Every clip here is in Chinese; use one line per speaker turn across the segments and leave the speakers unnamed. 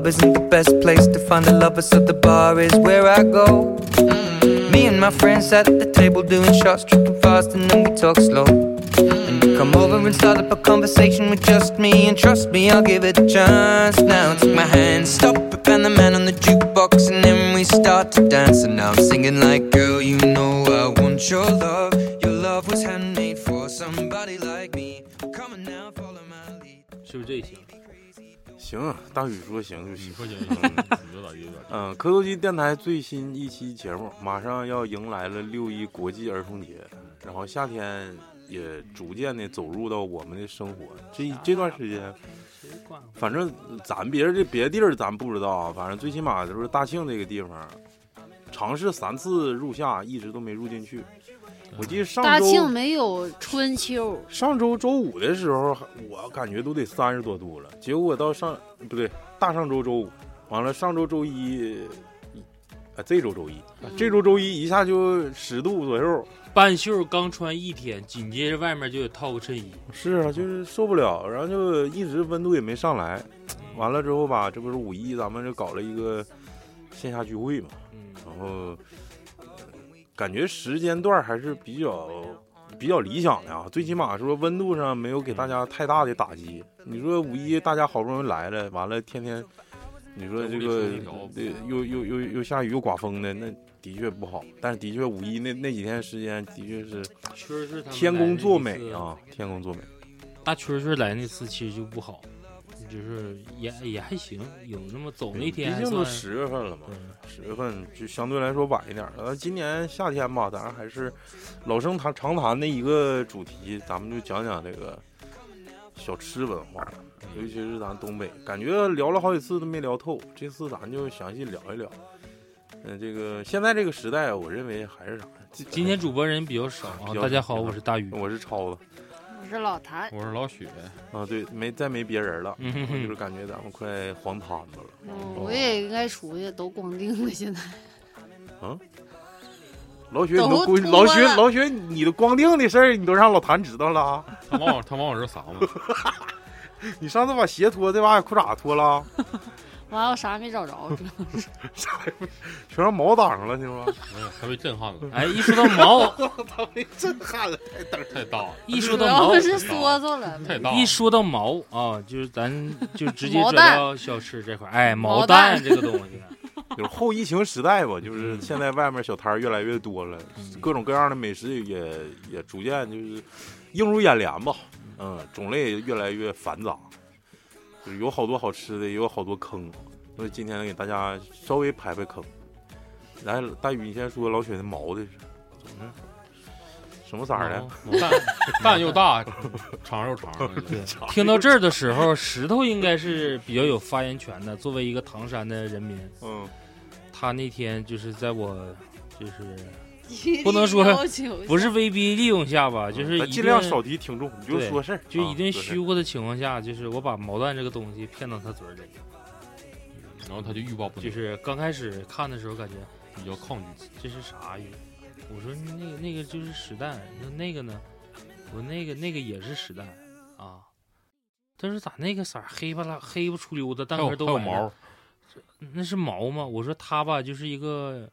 best place to find a lover, so the bar is where I go. Me and my friends at the table doing shots, tripping fast, and then we talk slow. And you come over and start up a conversation with just me, and trust me, I'll give it a chance. Now take my hand, stop it, and the man on the jukebox, and then we start to dance. And now I'm singing like, girl, you know I want your love. Your love was handmade for somebody like me. Come on now, follow my lead.
是不是这行？
行啊，大宇说行就
你
行。
说行不行？有点有点。
嗯，磕头机电台最新一期节目马上要迎来了六一国际儿童节，然后夏天也逐渐的走入到我们的生活。这这段时间，反正咱别人这别地儿咱不知道啊，反正最起码就是大庆这个地方，尝试三次入夏，一直都没入进去。我记得上
大庆
周
没有春秋，
上周周五的时候，我感觉都得三十多度了，结果到上不对，大上周周五，完了上周周一，啊这周周一，啊这周周一一下就十度左右，
半袖刚穿一天，紧接着外面就得套个衬衣。
是啊，就是受不了，然后就一直温度也没上来，完了之后吧，这不是五一咱们就搞了一个线下聚会嘛，
嗯，
然后呃感觉时间段还是比较比较理想的啊，最起码说温度上没有给大家太大的打击。你说五一大家好不容易来了，完了天天你说这
屋
个
里吹空调
对又又又又下雨又刮风的，那的确不好。但是的确五一那那几天时间的确是
确实是他们
天公作
来
美
那次
啊。，天公作美。
大蛐蛐来那次其实就不好，就是也也还行，有那么走那天
毕
还
竟都
算。
十月份了嘛，
嗯
十月份就相对来说晚一点儿。呃，今年夏天吧，咱还是老生常常谈的一个主题，咱们就讲讲这个小吃文化，尤其是咱东北，感觉聊了好几次都没聊透，这次咱就详细聊一聊。嗯、这个现在这个时代，我认为还是啥？今
今天主播人比较少
比较，
啊
少
大家好，我是大宇。
我是超子
我是老谭，
我是老许，
啊，对，没再没别人了，
嗯哼
我就是
哼，
感觉咱们快黄摊子了。
哦
嗯，我也应该出去，都光腚了，现在
老雪，你
都
都估计
脱
老雪，
了
老雪，你的光腚的事儿，你都让老谭知道了啊。
他往我他往我这撒嘛，
你上次把鞋脱，再把裤衩脱了，
完了我啥也没 找着，
全让毛挡上了，听说？
哎呀他被震撼了，
哎，一说到毛，
他被震撼了，太嘚
太大了，
一说
主
到
要
毛，
是缩缩 了，
太大了。
一说到毛啊，就是咱就直接
毛
转
蛋
到小吃这块儿。哎，
毛
毛
蛋
蛋这个东西，啊
就是后疫情时代吧，就是
嗯
现在外面小摊儿越来越多了，
嗯
各种各样的美食也也逐渐就是映入眼帘吧。嗯，种类也越来越繁杂，就是有好多好吃的，也有好多坑。所以今天给大家稍微排排坑。来，大宇，你先说老雪的毛的事，怎么着？什么色儿的？
毛蛋。
蛋嗯又大，肠又长，对，
听到这儿的时候，石头应该是比较有发言权的。作为一个唐山的人民，
嗯，
他那天就是在我就是
你
不能说不
是
是威逼利用下
嗯
吧，就是
咱
一
尽量
顿
少提听众，你就
对
说事儿，
就
啊
一
定
顿虚乎的情况下，就是我把毛蛋这个东西骗到他嘴里，
然后他就欲罢不能，
就是刚开始看的时候感觉
比较抗拒。
这是啥呀？我说那个那个就是屎蛋，那那个呢？我说那个那个也是屎蛋啊。他说咋那个色儿黑吧啦黑不出溜的蛋
还
壳
有
儿
还
都
有
白了
毛，
那是毛吗？我说它吧，就是一个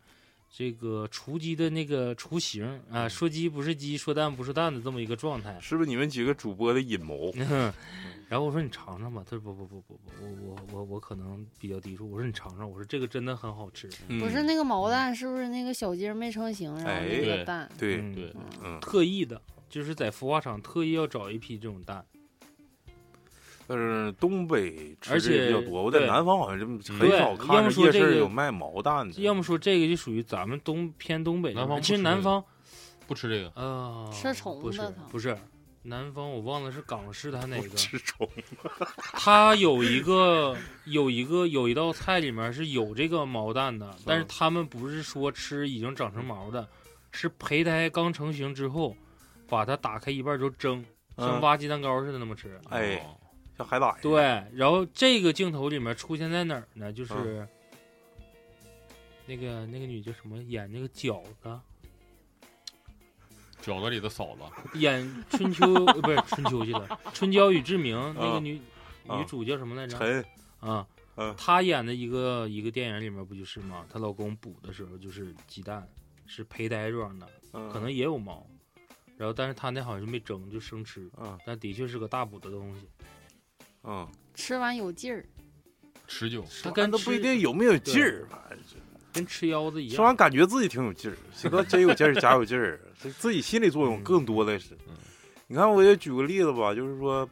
这个雏鸡的那个雏形啊，
嗯
说鸡不是鸡，说蛋不是蛋的这么一个状态。
是不是你们几个主播的阴谋？
然后我说你尝尝吧，他说不不不不不，我我我我可能比较抵触。我说你尝尝，我说这个真的很好吃，
不是那个毛蛋，是不是那个小鸡儿没成型，然后那
哎
个蛋？
对，
嗯
对，
嗯，
特意的，就是在孵化场特意要找一批这种蛋，
但是东北吃
而
这个比
且
较多，我在
对
南方好像就很
对
少
要
看
么
着
说
夜
这
市
个
有卖毛蛋的，
要么说这个就属于咱们东偏东北这
南
块儿，
方不
其实
吃这
南方
个不吃这个，
啊，
吃虫
不
子
是
它
不是南方，我忘了是港式的还是哪
我
个，
吃虫。
它有一个有一个有一道菜里面是有这个毛蛋的，但是他们不是说吃已经长成毛的，是胚胎刚成型之后，把它打开一半儿就蒸，像
嗯
挖鸡蛋糕似的那么吃。
哎
哦，
像海胆。，
对，然后这个镜头里面出现在哪儿呢？就是、
嗯
那个那个女叫什么演那个啊饺子，
饺子里的嫂子，
演春秋 呃不是春秋去了，《春娇与志明》那个
嗯
女、
嗯
女主叫什么来着？
陈
啊，
嗯
她演的一个一个电影里面不就是吗？她老公补的时候就是鸡蛋是胚胎装的，
嗯
可能也有毛，然后但是她那好像是没蒸，就生吃，
嗯
但的确是个大补的东西。
嗯，
吃完有劲儿，
持久，
它跟
都
吃
啊不一定有没有劲儿吧。
跟吃腰子一
吃
样
完，感觉自己挺有劲儿，谁哥真有劲儿，假有劲儿，这自己心理作用更多的是
嗯。
你看，我也举个例子吧，就是说，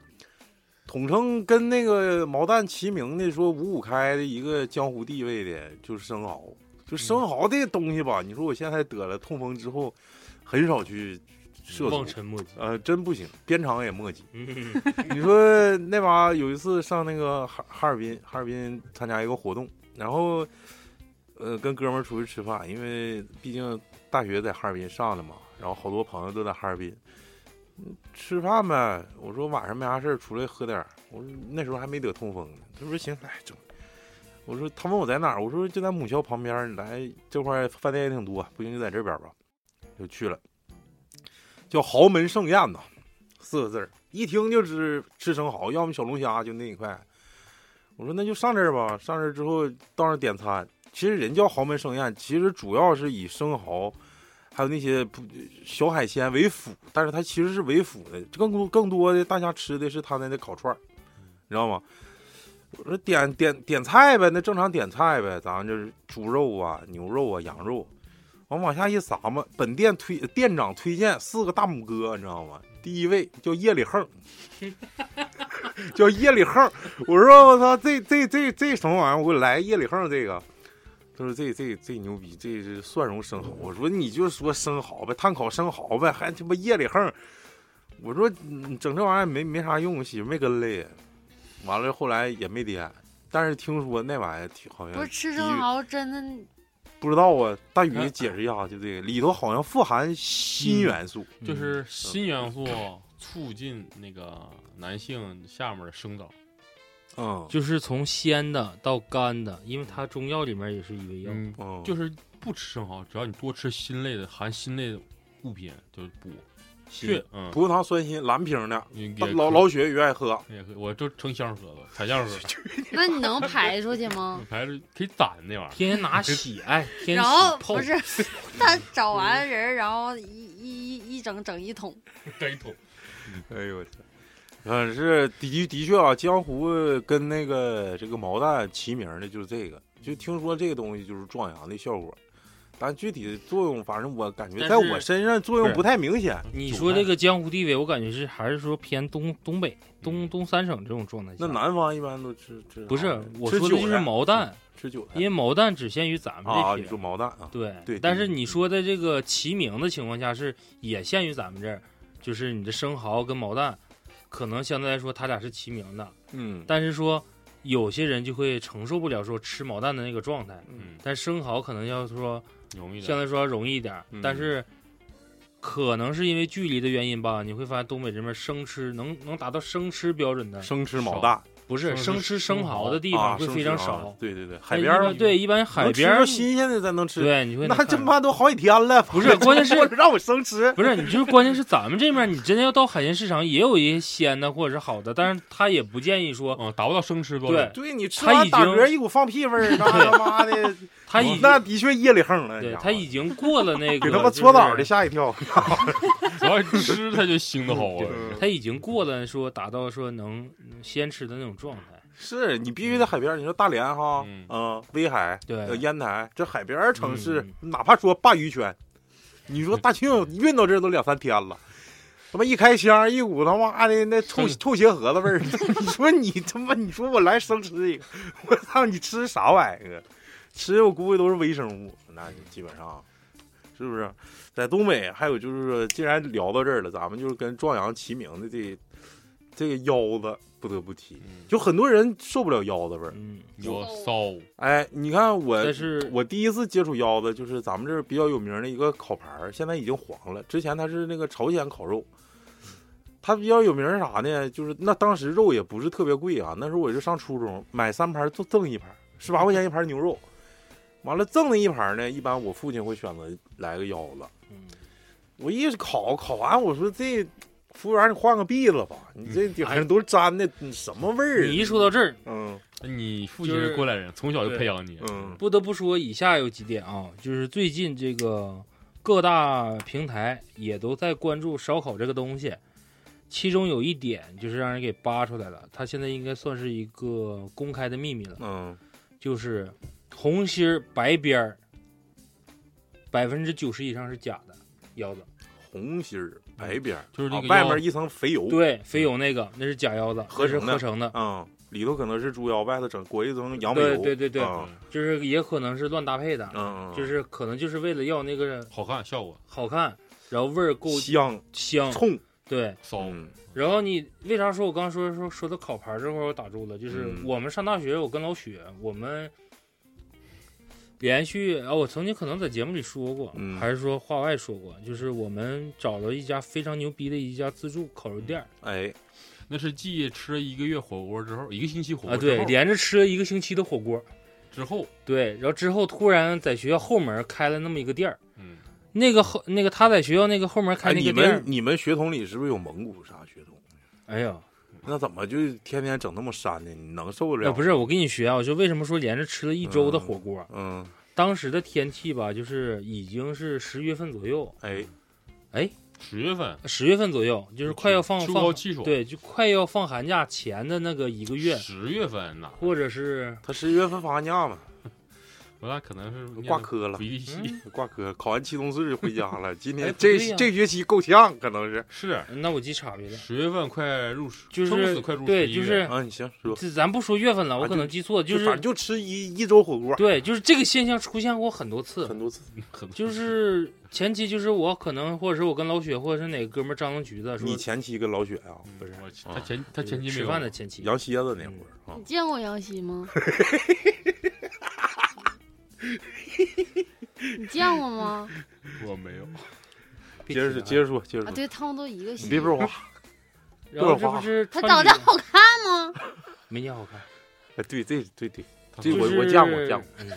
统称跟那个毛蛋齐名的，说五五开的一个江湖地位的，就是生蚝。就生蚝这东西吧，你说我现在得了痛风之后，很少去涉足
望，尘莫及。
呃，真不行，鞭长也墨迹。
嗯，
你说那玩意儿有一次上那个哈哈尔滨，哈尔滨参加一个活动，然后呃跟哥们儿出去吃饭，因为毕竟大学在哈尔滨上的嘛，然后好多朋友都在哈尔滨，嗯吃饭呗。我说晚上没啥事儿，出来喝点儿。我说那时候还没得痛风呢，他说行，哎整。我说他问我在哪儿，我说就在母校旁边儿，来这块儿饭店也挺多，不行就在这边儿吧，就去了，叫豪门盛宴呐，四个字儿，一听就知吃生蚝，要么小龙虾，就那一块。我说那就上这儿吧，上这儿之后到那儿点餐。其实人叫豪门盛宴，其实主要是以生蚝，还有那些不小海鲜为辅，但是它其实是为辅的，更多更多的大家吃的是他那的烤串儿，你知道吗？我说点点点菜呗，那正常点菜呗，咱们就是猪肉啊、牛肉啊、羊肉，完往下一撒嘛，本店推店长推荐四个大拇哥，你知道吗？第一位叫夜里横，叫夜里横。我说我操，这这这这什么玩意儿？我给我来夜里横这个。他说这这这牛逼，这是蒜蓉生蚝。我说你就说生蚝呗，炭烤生蚝呗，还他妈夜里横。我说你整这玩意儿没没啥用，我媳妇没跟嘞。完了后来也没点，但是听说那玩意儿挺
嗯
好像
不是吃
低
生
于
蚝真的
不知道啊，大宇解释一下，就这个里头好像富含锌元素，
就是锌元素促进那个男性下面的生长。
嗯
就是从鲜的到干的，因为它中药里面也是一味药。
嗯，
嗯，
就是是不吃生蚝，只要你多吃锌类的含锌类的物品，就是补血。嗯，
葡萄糖酸锌蓝瓶的，
也
大
也
啊老
可
老雪也爱喝，
也可以，我就成箱喝了，采样喝，
那你能排出去 吗？
还是可以攒那玩意儿。
天天 拿血，哎，天
然
天
后不
洗泡
是他找完人儿，然后一一一一整整一桶，
这一桶，
哎呦我天！嗯，是的的确啊，江湖跟那个这个毛蛋齐名的就是这个，就听说这个东西就是壮阳的效果，但具体的作用，反正我感觉在
但是
我身上作用
对
不太明显。
你说这个江湖地位，我感觉是还是说偏东东北、东东三省这种状态下。
嗯那南方一般都吃吃啥
不是
呀
我
啊吃
说的
韭
就是
菜
毛蛋，
吃韭
因
菜
为毛蛋只限于咱们
啊，
这
你说
片。
毛蛋啊，
对
对
但
对
是
对
你说的这个齐名的情况下是也限于咱们这儿，就是你的生蚝跟毛蛋，可能相对来说它俩是齐名的，
嗯
但是说有些人就会承受不了说吃毛蛋的那个状态，
嗯
嗯，
但生蚝可能要说
容易
相对
的。
来说容易一点儿，
嗯
但是可能是因为距离的原因吧，你会发现东北这边生吃能能达到生吃标准的，
生吃毛
少
蛋。
不是
生
生
吃
吃生
生
蚝
蚝
的地
啊，
方会非常少。
对对对，
那
海
一
边儿
般对，一般海
能吃
边儿
着新鲜的咱能吃，
对你会能
那
看
这
到
妈都好几天了，
不是关键是
让我生吃，
不是，你就是关键是咱们这面，你真的要到海鲜市场，也有一些鲜的或者是好的，但是他也不建议 说，
嗯，达不到生吃标准。
对你吃
他
完
已
打
经
嗝一股放屁味 儿，那他妈的，
他已
那的确夜里横了，
对
你知道
他
吗
已经过了那
给
个，
他妈搓澡
就
的
是
吓一跳，
主要是吃它就腥的好啊。
嗯
他已经过了说达到说能嗯先吃的那种状态，
是你必须在海边儿，你说大连哈，
嗯
嗯，威海、
对
呃烟台这海边儿城市，哪怕说鲅鱼圈，你说大庆运到这儿都两三天了。他妈一开箱，一股他妈的那臭
生
臭鞋盒子味儿。 你说你他妈，你说我来生吃一个，我操，你吃啥玩意儿啊？吃我估计都是微生物，那就基本上是不是？在东北，还有就是说，既然聊到这儿了，咱们就是跟壮阳齐名的这这个腰子不得不提，
嗯
就很多人受不了腰子味儿。
嗯，
有骚，
哎，你看我
但是
我第一次接触腰子，就是咱们这儿比较有名的一个烤盘儿，现在已经黄了。之前它是那个朝鲜烤肉，它比较有名是啥呢？就是那当时肉也不是特别贵啊，那时候我就上初中，买三盘儿就赠一盘儿，十八块钱一盘儿牛肉。完了赠的一盘儿呢，一般我父亲会选择来个腰子。
嗯
我一烤烤完，我说这服务员你换个篦子吧，你这顶上都是粘的，你什么味儿啊？
你一说到这儿，
嗯，
你父亲是过来人，从小就培养你。
嗯
不得不说，以下有几点啊，就是最近这个各大平台也都在关注烧烤这个东西，其中有一点就是让人给扒出来了，它现在应该算是一个公开的秘密了，
嗯，
就是红心儿白边儿，百分之九十以上是假的腰子，
哦红心儿白边儿，
嗯就是那
啊
个
外
腰
面一层肥油，
对，肥油那个那是假腰子，
合
那是
成的
合成的，
嗯，里头可能是猪腰，外头整裹一层杨梅
对
油，
对对对，
嗯
就是也可能是乱搭配的，
嗯，嗯
就是可能就是为了要那个
好看，效果
好看，然后味儿够嗯
香
香，
冲，
对。
骚。
嗯
然后你为啥说我刚说说说到烤盘这块儿我打住了？就是
嗯
我们上大学，我跟老许，我们连续啊，我曾经可能在节目里说过，
嗯
还是说话外说过，就是我们找了一家非常牛逼的一家自助烤肉店儿
哎，
那是继吃了一个月火锅之后，一个星期
嗯
啊，
火锅
对，
之后，
连着吃了一个星期的火锅，
之后，
对，然后之后突然在学校后门开了那么一个店儿，
嗯，
那个后那个他在学校那个后门开
哎，
那
你
个店
们
儿，
你们血统里是不是有蒙古啥血统？
哎呀，
那怎么就天天整那么膻呢？你能受得
那
了？
不是，我跟你学啊，就为什么说连着吃了一周的火锅，
嗯，
当时的天气吧，就是已经是十月份左右，
哎，
十月份
十月份左右，就是快要放
秋
放
高气爽，，
对，就快要放寒假前的那个一个月，
十月份呐，
或者是
他十一月份放寒假嘛，
我俩可能是念
挂
的
科了
不，一
嗯
系，
挂科，考完期中试就回家 了。今
哎
天
不
这
对呀
这学期够呛，可能 是。
是
那我记岔别了，
十月份快入十，
就
撑
是
死快入
对，
11
就
月
是
啊，你行说，
这咱不说月份了，我
啊
可
就
能记错，
反
是
正就吃一一周火锅，
对，就是这个现象出现过很多次
很，多次。
很
就是前期就是我可能或者是我跟老雪或者是哪个哥们儿张罗局子说
你前期跟老雪啊，
嗯
不是
我
啊
他前他前期没
吃
有
饭的前期，
羊蝎子那会儿啊
你，见过杨希吗？ 你见过吗？
我没有，
接
别提
着
了
接着说，接着
啊，
说，
对他们都一个
你
系。
别说话。
然后
乐
这
花
不是
他
穿
长
女
得好看吗？
没你好看，
哎，对，这对 对，
他
这
说
我
就是
我见过见过
嗯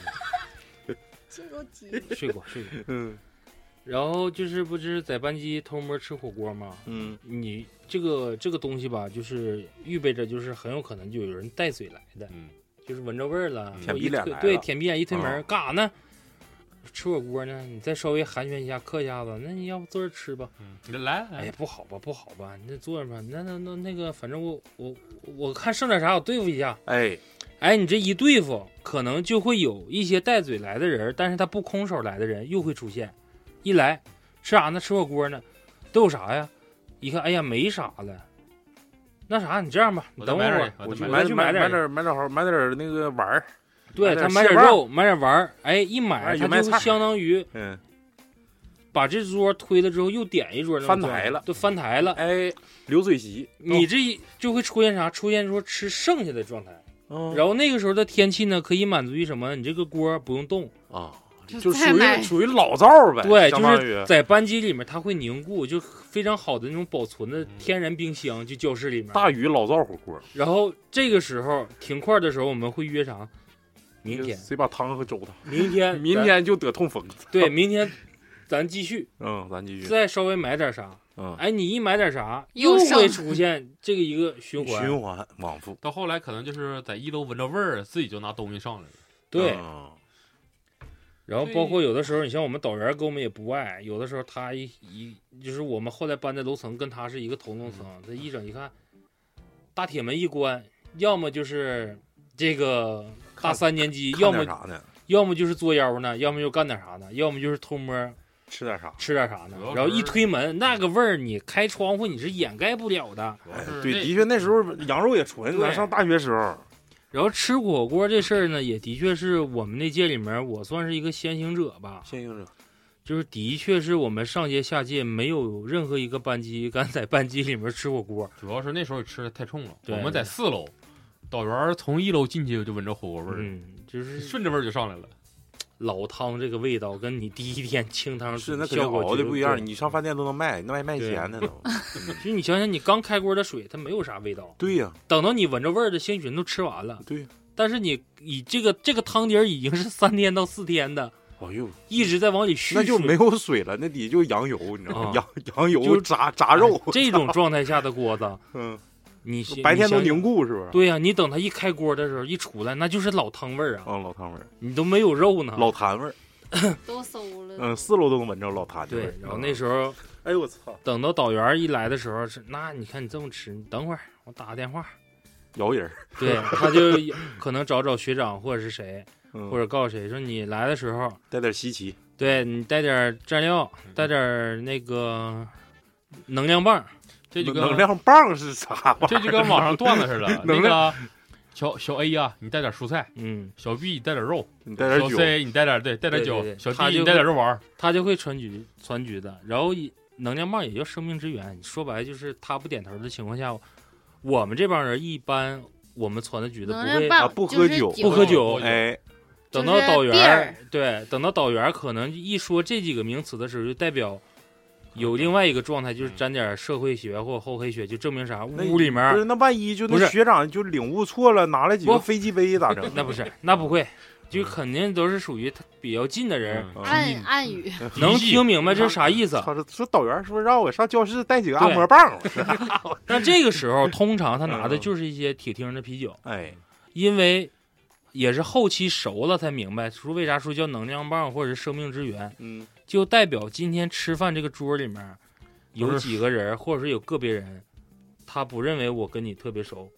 这都急。
睡过睡过。
嗯
然后就是不是在班级偷摸吃火锅吗？
嗯，
你这个这个东西吧，就是预备着，就是很有可能就有人带嘴来的，
嗯，
就是闻着味儿了，
嗯
舔鼻脸
我一推
来
对，
了
舔鼻脸一推门，
啊
干啥呢？吃火锅呢？你再稍微寒暄一下，客一下子，那你要不坐这儿吃吧？
嗯你来
哎呀
来，，
不好吧，不好吧，你那坐着吧，那那那那个，反正我我我看剩点啥，我对付一下。
哎，
哎，你这一对付，可能就会有一些带嘴来的人，但是他不空手来的人又会出现。一来吃啥呢？吃火锅呢？都有啥呀？一看，哎呀，没啥了。那啥，你这样吧，你
我再
等我
买
会儿
点儿，
我
我
去
再
我
买
去
买
点
买
儿。
点买点好买点那个丸儿，
对
买点儿
他买点
蟹棒
肉，买点丸儿，哎，一
买
买他
点油
就
麦菜
相当于
嗯，
把这桌推了之后又点一桌那么
翻
做，
台了
都翻台了。
哎，流水席，
你这一就会出现啥？出现说吃剩下的状态。
嗯
然后那个时候的天气呢，可以满足于什么呢？你这个锅不用动。
啊，
就
就
再
属于
买
属于老灶儿呗，
哦对，就
相当
是
于
在班级里面，它会凝固，就非常好的那种保存的天然冰箱，就教室里面。
嗯大宇老灶火锅。
然后这个时候停块的时候，我们会约啥？明天，
谁把汤和粥他？
明天，
明
咱
天就得痛风。
对，明天咱继续，
嗯，咱继续。
再稍微买点啥。
嗯，
哎，你一买点啥，
又
又
剩
会出现这个一个循 环。
循环往复。
到后来可能就是在一楼闻着味儿，自己就拿东西上来了，
对，
嗯
然后包括有的时候，你像我们导员跟我们也不爱，有的时候他一一就是我们后来搬的楼层跟他是一个同楼层，
嗯
他一整一看，大铁门一关，要么就是这个大
看
三年级，
看
要
点
么
啥呢？
要么就是作妖呢，要么就干点啥呢，要么就是偷摸
吃点啥？
吃点啥呢
主要。是
然后一推门，那个味儿你开窗户你是掩盖不了的。
主要
哎
是，
对，
那
的确那时候羊肉也纯，
对
咱上大学时候，
然后吃火锅这事儿呢，也的确是我们那届里面我算是一个先行者吧。
先行者
就是的确是我们上届下届没有任何一个班 级敢在班级里面吃火锅，
主要是那时候也吃的太冲了，
对
我们在四楼，导员儿从一楼进去就闻着火锅味儿，
嗯，就是
顺着味儿就上来了。
老汤这个味道跟你第一天清汤
是那肯定
效果
熬的不一样，
你
你上饭店都能卖，那卖卖
对
钱的 都。
其实你想想，你刚开锅的水它没有啥味道，
对呀，
等到你闻着味儿的，兴许人都吃完了，
对呀。
但是你以这个这个汤底儿已经是三天到四天的，
哎呦，
一直在往里蓄水，
那就没有水了，那底就羊油，你知道吗
啊？
羊羊油
就
炸炸肉，
这种状态下的锅子，
嗯，
你先
白天都。
你想
凝固是不是？
对呀、你等它一开锅的时候一出来，那就是老汤味儿啊，
嗯，老汤味儿，
你都没有肉呢。
老痰味儿，
都馊了。
嗯，四楼都能闻着老痰的味
对
儿，。
然后那时候
哎呦我操，
等到导员一来的时候是，那你看你这么吃，你等会儿我打个电 话。
摇人儿，
对，他就可能找找学长或者是谁，
嗯
或者告诉谁说你来的时候，
带点稀奇，
对你带点蘸料，带点那个能量棒，
这就跟
能量棒是啥玩意
这就跟网上段子似的，那
能
个小小 A 呀、你带点蔬菜；
嗯，
小 B 你带点肉；
儿？你带点
小
酒，
C 你带点对，带点酒；
对对对
小
他
D
就
你带点肉丸儿。
他就会传局传局的。然后以能量棒也叫生命之源，说白了就是他不点头的情况下，我们这帮人一般我们传的局的不
能量
会。
啊
棒
不
就
喝
是
酒
不喝酒
我
哎，
等到导员
就是
儿
便
对，等到导员儿可能一说这几个名词的时候，就代表有另外一个状态，就是沾点社会学或厚黑学，就证明啥？
那
屋里面
不是那万一就
啊不
那
是
学长就领悟错了，拿了几个
不
飞机杯咋整？
那不是，那不会，就肯定都是属于他比较近的人，
嗯
嗯
暗暗语，
能
极
听明白这是啥意 思。
操，这这导员说让我上教室带几个按摩棒，
但这个时候，通常他拿的就是一些铁听的啤酒，
哎，
因为也是后期熟了才明白，说为啥说叫能量棒或者是生命之源，
嗯，
就代表今天吃饭这个桌里面有几个人， 或者是有个别人，他不认为我跟你特别熟，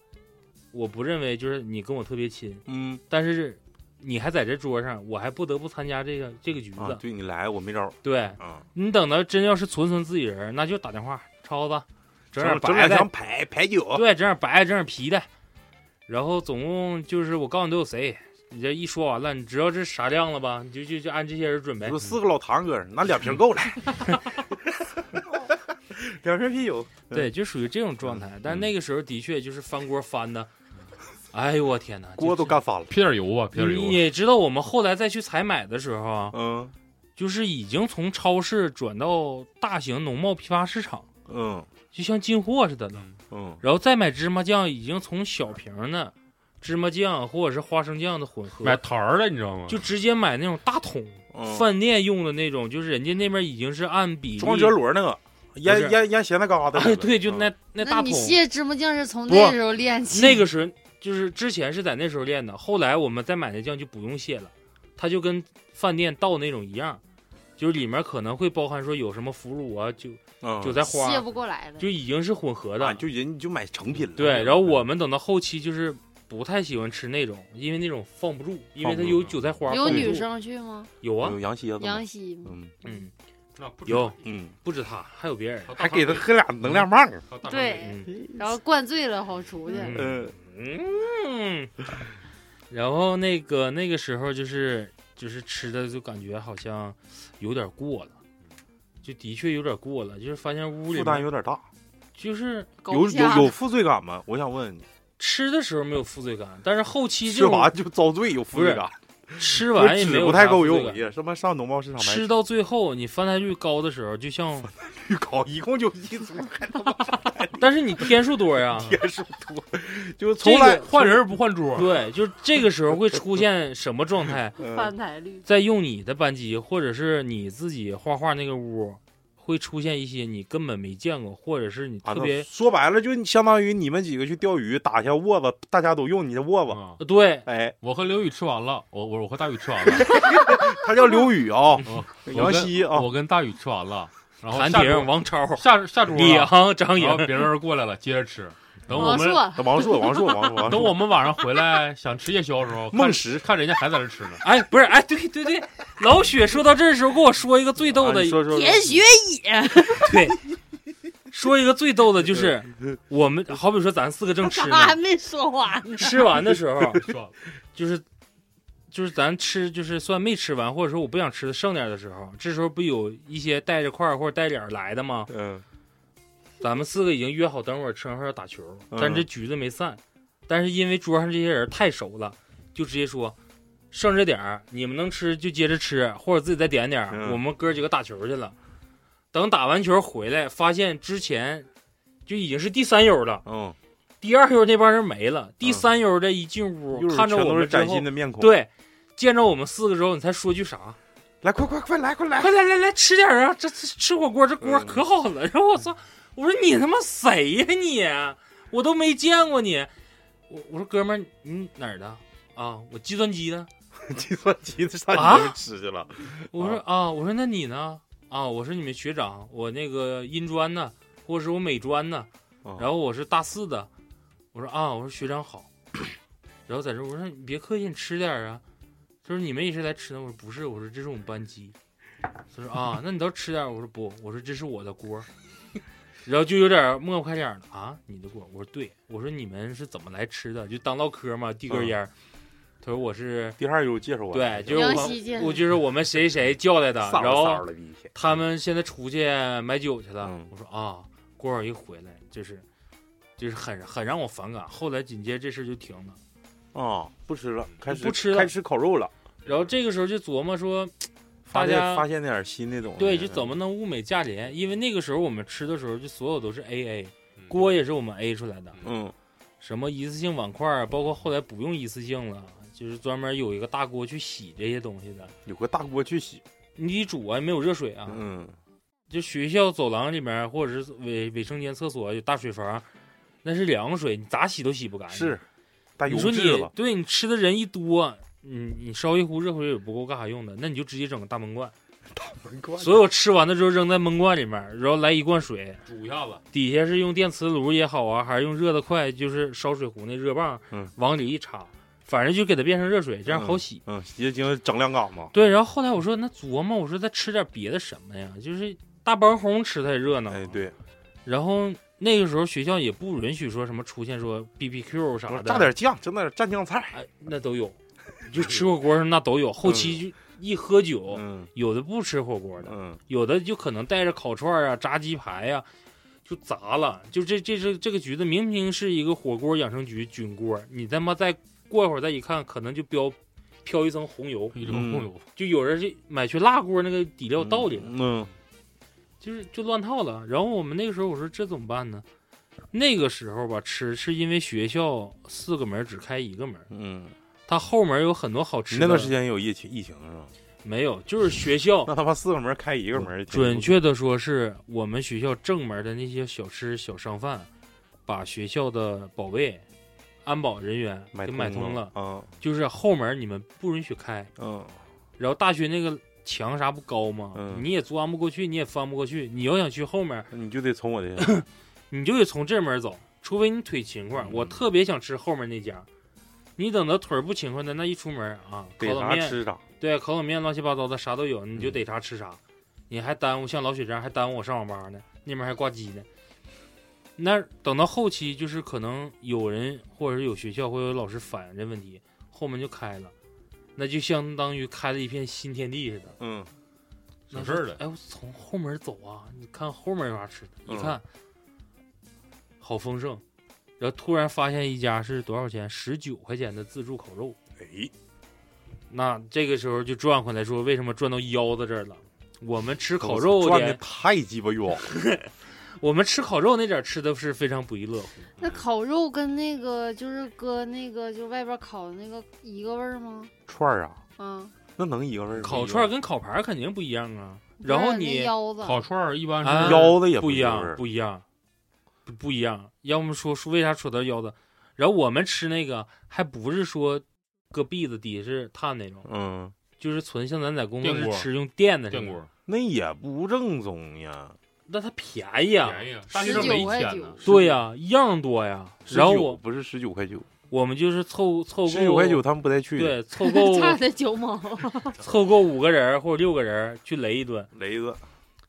我不认为就是你跟我特别亲，
嗯
但是你还在这桌上，我还不得不参加这个这个局
啊，
子。
对你来我没招儿
对
啊，
你等到真要是纯纯自己人儿，那就打电话，超子整点
整
白
两
的
箱，牌牌酒，
对，整点白的，整点啤的，然后总共就是我告诉你都有谁。你这一说完了，你知道这是啥量了吧？你就就就按这些人准备
说。四个老堂哥拿两瓶够了， 两瓶啤酒，
对，就属于这种状态。但
嗯
那个时候的确就是翻锅翻的，哎呦我天哪，
锅都
干。
干翻了。
撇点油吧，撇点
你
油吧。
也知道，我们后来再去采买的时候啊，
嗯
就是已经从超市转到大型农贸批发市场，
嗯
就像进货似的了。
嗯，
然后再买芝麻酱，已经从小瓶的芝麻酱或者是花生酱的混合，
买坛儿的，你知道吗？
就直接买那种大桶，
嗯
饭店用的那种，就是人家那边已经是按比例
装折箩那个，
不
腌
是
腌腌咸菜疙瘩
哎，
里边。
对，就
嗯
那那
那
大桶
你。卸芝麻酱是从
不
那时候练起，
那个时候就是之前是在那时候练的，后来我们再买那酱就不用卸了，它就跟饭店倒那种一样，就是里面可能会包含说有什么腐乳啊、韭
嗯
韭菜花
卸
儿，
不过来了。
就已经是混合的。
啊就人就买成品了。嗯
对，然后我们等到后期就是不太喜欢吃那种，因为那种放不住，啊因为它有韭菜花。
有
放不
女
住
生去吗？
有啊
有，羊蝎子吗
杨？希吗？
嗯
嗯，
那不
有
嗯，
不止他，还有别人。
还
还
给他喝俩能量棒。
对，
嗯
然后灌醉了好出去。
嗯
嗯
嗯， 然后那个那个时候就是就是吃的就感觉好像有点过了，就的确有点过了，就是发现屋里
负担
面
有点大，
就是
搞
有
笑
有有负罪感吗？我想问问你，
吃的时候没有负罪感，但是后期
吃
就
完就遭罪，有负罪感，
吃
就
完也没
纸
有
不太
啥
够
负罪
用，
感
也什么上农贸市场买
吃到最后你翻台率高的时候，就像
巨高，一共就一 组，还他妈，
但是你天数多呀
天数多，就是从
这
来
个
换人不换桌。
对，就是这个时候会出现什么状态？
嗯
翻台率，
在用你的扳机，或者是你自己画画那个屋，会出现一些你根本没见过，或者是你
啊
特
那
别、
说白了，就相当于你们几个去钓鱼，打下窝子，大家都用你的窝子。
啊
呃对，
哎，
我和刘宇吃完了，我我我和大宇吃完了，
他叫刘宇啊，
嗯
杨
我
希啊，
我跟大宇吃完了，然后
谭
下
婷、
桌
王超、
下下桌
李
了，
昂、张
然后
颖，
别人过来了，接着吃。等我
王
们
硕
王硕，王硕，王硕， 王
等我
硕，
们晚上回来想吃夜宵的时候，看
梦石
看人家还在这吃呢。
哎，不是，哎，对对对，老雪说到这儿的时候，跟我说一个最逗
啊
的，
你说说
田学野，
对，说一个最逗的就是我们好比说咱四个正吃 呢
他，还没说完呢。
吃完的时候
说
就是就是咱吃就是算没吃完，或者说我不想吃的剩点的时候，这时候不有一些带着块儿或者带脸儿来的吗？
嗯，
咱们四个已经约好，等会儿吃完饭要打球，
嗯
但这局子没散。但是因为桌上这些人太熟了，就直接说剩这点儿，你们能吃就接着吃，或者自己再点点儿。
嗯
我们哥几个打球去了，等打完球回来，发现之前就已经是第三悠了，
嗯，
第二悠那帮人没了，第
嗯
三悠的一进屋、
一会儿
看着
全
我
都是
们之
崭
后
新，的面孔。，
对，见着我们四个之后，你猜说句啥？
来，快快快来，快来！
快来来来吃点儿啊！这这吃火锅，这锅
嗯
可好了。然后我操，我说你他妈谁呀、你？我都没见过你。我我说哥们儿，你哪儿的啊？我计算机的。
计算机的 上你
啊
那边吃去了，
我说啊，我说那你呢？啊，我是你们学长，我那个音专的，或者是我美专的，
啊
然后我是大四的。我说啊，我说学长好。 然后在这儿我说你别客气，你吃点儿啊。他说你们也是来吃的？我说不是，我说这是我们班级。他说啊，那你倒吃点儿。我说不，我说这是我的锅。 然后就有点抹不开脸了啊，你的锅？我说对，我说你们是怎么来吃的？就当唠嗑嘛，递根烟儿。他说我是
第二又介绍我，
对，就是
杨
我
希见
我就是我们谁谁叫来的，
骚
然后
骚的一天，
他们现在出去买酒去了。
嗯
我说啊，郭小一回来就是就是很很让我反感。后来紧接着这事就停了。
啊不吃了，开始
不吃了
开始烤肉了，
然后这个时候就琢磨说，
发
大家
现发现点新的东西，
对，就怎么能物美价廉？因为那个时候我们吃的时候，就所有都是 A A，
嗯
锅也是我们 A 出来的，
嗯
什么一次性碗筷儿，包括后来不用一次性了，就是专门有一个大锅去洗这些东西的。
有个大锅去洗，
你得煮啊，没有热水啊，
嗯
就学校走廊里面或者是卫卫生间、厕所有大水房，那是凉水，你咋洗都洗不干净。
是，大油
啊你说你
渍了，
对你吃的人一多，你你烧一壶热水也不够干啥用的，那你就直接整个大闷罐，所有吃完的之后扔在闷罐里面，然后来一罐水，
煮一下子，
底下是用电磁炉也好啊，还是用热的快，就是烧水壶那热棒，
嗯
往里一插，反正就给它变成热水，这样好洗。
嗯，也经整两缸嘛，
对，然后后来我说那琢磨，我说再吃点别的什么呀？就是大包红吃它也热闹啊，
哎对，
然后那个时候学校也不允许说什么出现说 B B Q 啥
我
的，
说蘸点酱，整点蘸酱菜，
哎，那都有，就吃火锅儿那都有。后期就一喝酒，
嗯
有的不吃火锅的，
嗯
哦有的就可能带着烤串儿啊、炸鸡排呀、就砸了。就这这是这个局子明明是一个火锅养生局菌锅，你他妈再过一会儿再一看，可能就标飘一层红油，
一整控油，
就有人是买去辣锅那个底料倒里了。
嗯
就是就乱套了。然后我们那个时候我说这怎么办呢？那个时候吧，吃是因为学校四个门儿只开一个门儿，
嗯，
它后门儿有很多好吃
你
的。
那段时间有疫情疫情是吧？
没有，就是学校
那他妈四个门开一个门，
准确的说是我们学校正门儿的那些小吃小商贩，把学校的保卫、安保人员
买
给买通
了
了，，
嗯
就是后门儿你们不允许开。
嗯
然后大学那个墙啥不高吗？
嗯
你也钻不过去，你也翻不过去。你要想去后面，
你就得从我这下，
你就得从这门走，除非你腿勤快。
嗯
我特别想吃后面那家，你等到腿儿不勤快的那一出门啊，烤
给
冷
啥
面，
吃嗯啥，
对，烤冷面乱七八糟的啥都有，你就逮啥吃啥，你还耽误像老雪这样还耽误我上网吧呢，那边还挂机呢。那等到后期，就是可能有人或者是有学校或者有老师反映这问题，后门就开了，那就相当于开了一片新天地似的。
嗯
省事儿了。
哎，我从后门走啊，你看后面有啥吃的？
嗯
一看，好丰盛。然后突然发现一家是多少钱？十九块钱的自助烤肉。
哎
那这个时候就转回来说，为什么转到腰子这儿了？我们吃烤肉
转的
的，
太鸡巴远，
我们吃烤肉那点儿吃的是非常不亦乐乎。
那烤肉跟那个就是搁那个就外边烤的那个一个味儿吗？
串儿啊，
啊，
那能一个味儿吗？
烤串儿跟烤盘儿肯定不一样啊。
不是
然后
那
你
腰子
烤串儿一般
啊
是
腰子也
不一
一个味
样，
儿
不一样，不不一样。要么说说为啥扯到腰子，然后我们吃那个还不是说搁篦子底下是炭那种，
嗯，
就是纯像咱在工作
电
室
锅
吃用电的
电
似的，
锅，
那也不正宗呀，
那它便宜啊，
便宜啊，大学生没钱呢。
对呀、一样多呀。然后
19
我
不是十九块九，
我们就是凑凑够
十九块九，他们不带去的，
对，凑 够
差的九毛，
凑够五个人或者六个人去雷一顿，
雷子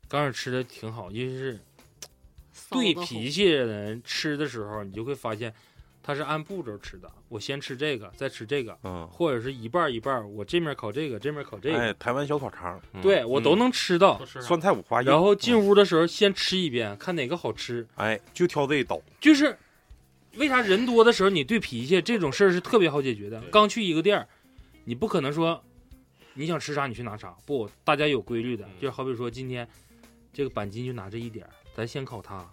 刚开始吃的挺好，就是
骚
对
得慌
脾气的人吃的时候，你就会发现它是按步骤吃的，我先吃这个，再吃这个。
嗯，
或者是一半儿一半儿，我这面烤这个，这面烤这个，
哎，台湾小烤肠，嗯
对我都能吃到。
都吃嗯啥
酸菜五花肉，
然后进屋的时候先吃一遍，看哪个好吃。
哎，就挑这一刀，
就是为啥人多的时候你对脾气这种事儿是特别好解决的。
对
刚去一个店儿，你不可能说你想吃啥你去拿啥，不，大家有规律的
嗯。
就好比说今天这个板筋就拿这一点儿，咱先烤它，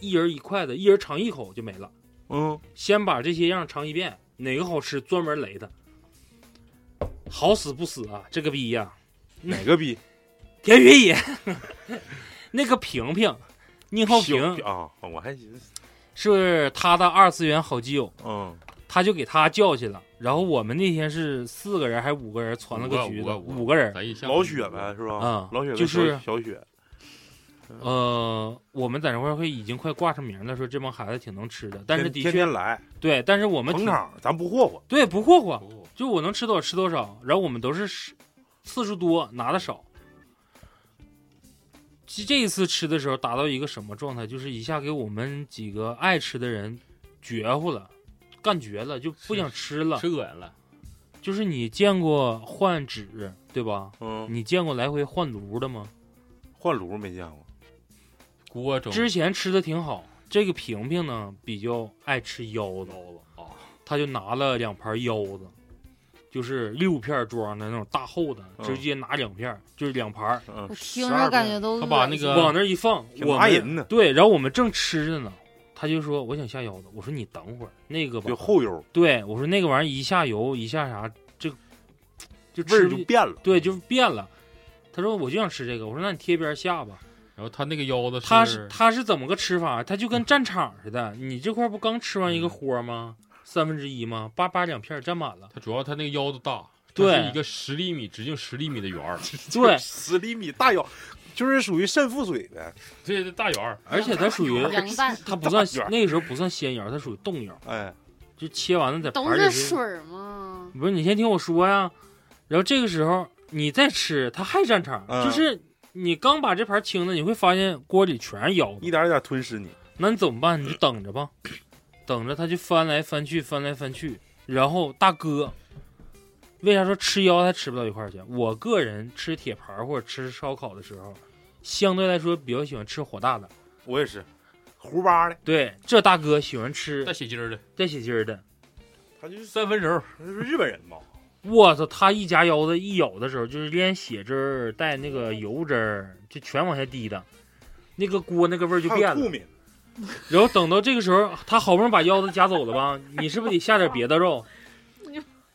一人一筷子，一人尝一口就没了。
嗯，
先把这些样尝一遍，哪个好吃专门雷它。好死不死啊，这个逼呀、
哪个 逼
田云也，那个平平，宁浩平，
啊？我还寻思
是他的二次元好基友，
嗯，
他就给他叫去了。然后我们那天是四个人还是五个人攒了个
五个
局
五
子，
个
五个人。
咱一下
老雪呗，是吧？
啊
老雪跟
就是
小小雪，
呃，我们在那块儿会已经快挂上名了，说这帮孩子挺能吃的，但是的
天天
确
天来
对，但是我们
捧
挺
场，咱不霍霍。
对不霍霍，
哦
就我能吃多少吃多少，然后我们都是吃次数多拿的少。这这一次吃的时候达到一个什么状态，就是一下给我们几个爱吃的人绝乎了，干绝了，就不想吃了。
吃恶心了，
就是你见过换纸对吧？
嗯，
你见过来回换炉的吗？
换炉没见过，
锅整
之前吃的挺好，这个萍萍呢比较爱吃腰子，
子
哦
啊，
他就拿了两盘腰子，就是六片装的那种大厚的，
嗯
直接拿两片，就是两盘儿，
嗯
我，听
12
着感觉
遍
都
他把
恶
那
心
个
往那儿一放，
挺
我
骂
们
人的，
对，然后我们正吃着呢，他就说我想下腰子，我说你等会儿那个吧
就，后油
对我说那个玩意儿一下油一下啥，这就
味
吃
儿
不
就变了。
对就变了。他说我就想吃这个，我说那你贴边儿下吧。
然后他那个腰子
他是
是
他是怎么个吃法？他就跟战场似的，你这块不刚吃完一个豁吗？三分之一吗？叭叭两片儿占 满了。
他主要他那个腰子大，它
对
是一个十厘米直径十厘米的圆儿，
对，
十厘米大腰，就是属于肾腹水呗。
这这大圆儿，
而且它属于
凉拌，
它不
大
算
卷儿
那个时候不算鲜腰，它属于冻腰，
哎，
就切完了在
都
盘里
是
是
水儿嘛。
不是你先听我说呀，然后这个时候你再吃，它还占场，
嗯
就是你刚把这盘清了，你会发现锅里全是腰
一
子，
点儿一点儿吞噬你。
那你怎么办？你就等着吧， 等着它就翻来翻去，翻来翻去。然后大哥，为啥说吃腰还吃不到一块儿去？我个人吃铁盘儿或者吃烧烤的时候，相对来说比较喜欢吃火大的。
我也是，胡巴的，
对，这大哥喜欢吃
带血筋儿的，
带血筋儿的。
他就是
三分熟，
他就是日本人嘛。
我操，他一夹腰子一咬的时候，就是连血汁儿带那个油汁儿，就全往下滴的，那个锅那个味儿就
还有
变
兔
了。
敏，
然后等到这个时候，他好不容易把腰子夹走了吧？你是不是得下点别的肉？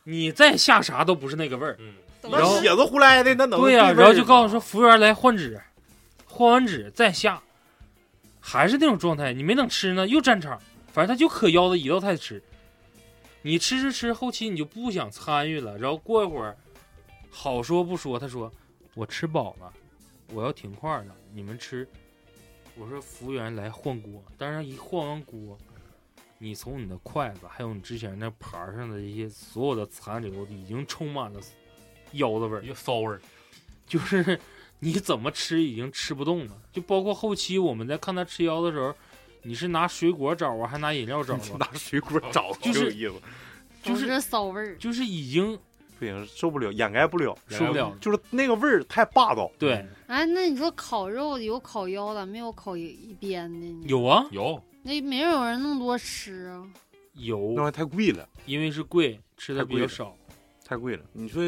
你再下啥都不是那个味儿。
嗯，
然
那
后
血子胡来的，那能
对呀、
对味儿
然后就
吗
告诉说服务员来换纸，换完纸再下，还是那种状态，你没等吃呢又占场，反正他就可腰子一道菜吃，你吃吃吃，后期你就不想参与了，然后过一会儿，好说不说，他说我吃饱了，我要停块儿了，你们吃，我说服务员来换锅，但是一换完锅。你从你的筷子，还有你之前那盘儿上的这些所有的残留，已经充满了腰子味儿
一。个骚味儿，
就是 你怎么吃已经吃不动了，就包括后期我们在看他吃腰的时候，你是拿水果找啊，还拿饮料找啊，
拿水果找，
就是
有意思，
就
都
是
是骚味儿，
就是已经
不行，受不了，掩盖不了，
受不了了。
就是那个味儿太霸道。
对，
哎，那你说烤肉有烤腰的，没有烤一边的呢？，
有啊，
有
那没有人那么多吃啊。
那
有，
玩意太贵了，
因为是贵，吃的比较少。
太贵了。你说，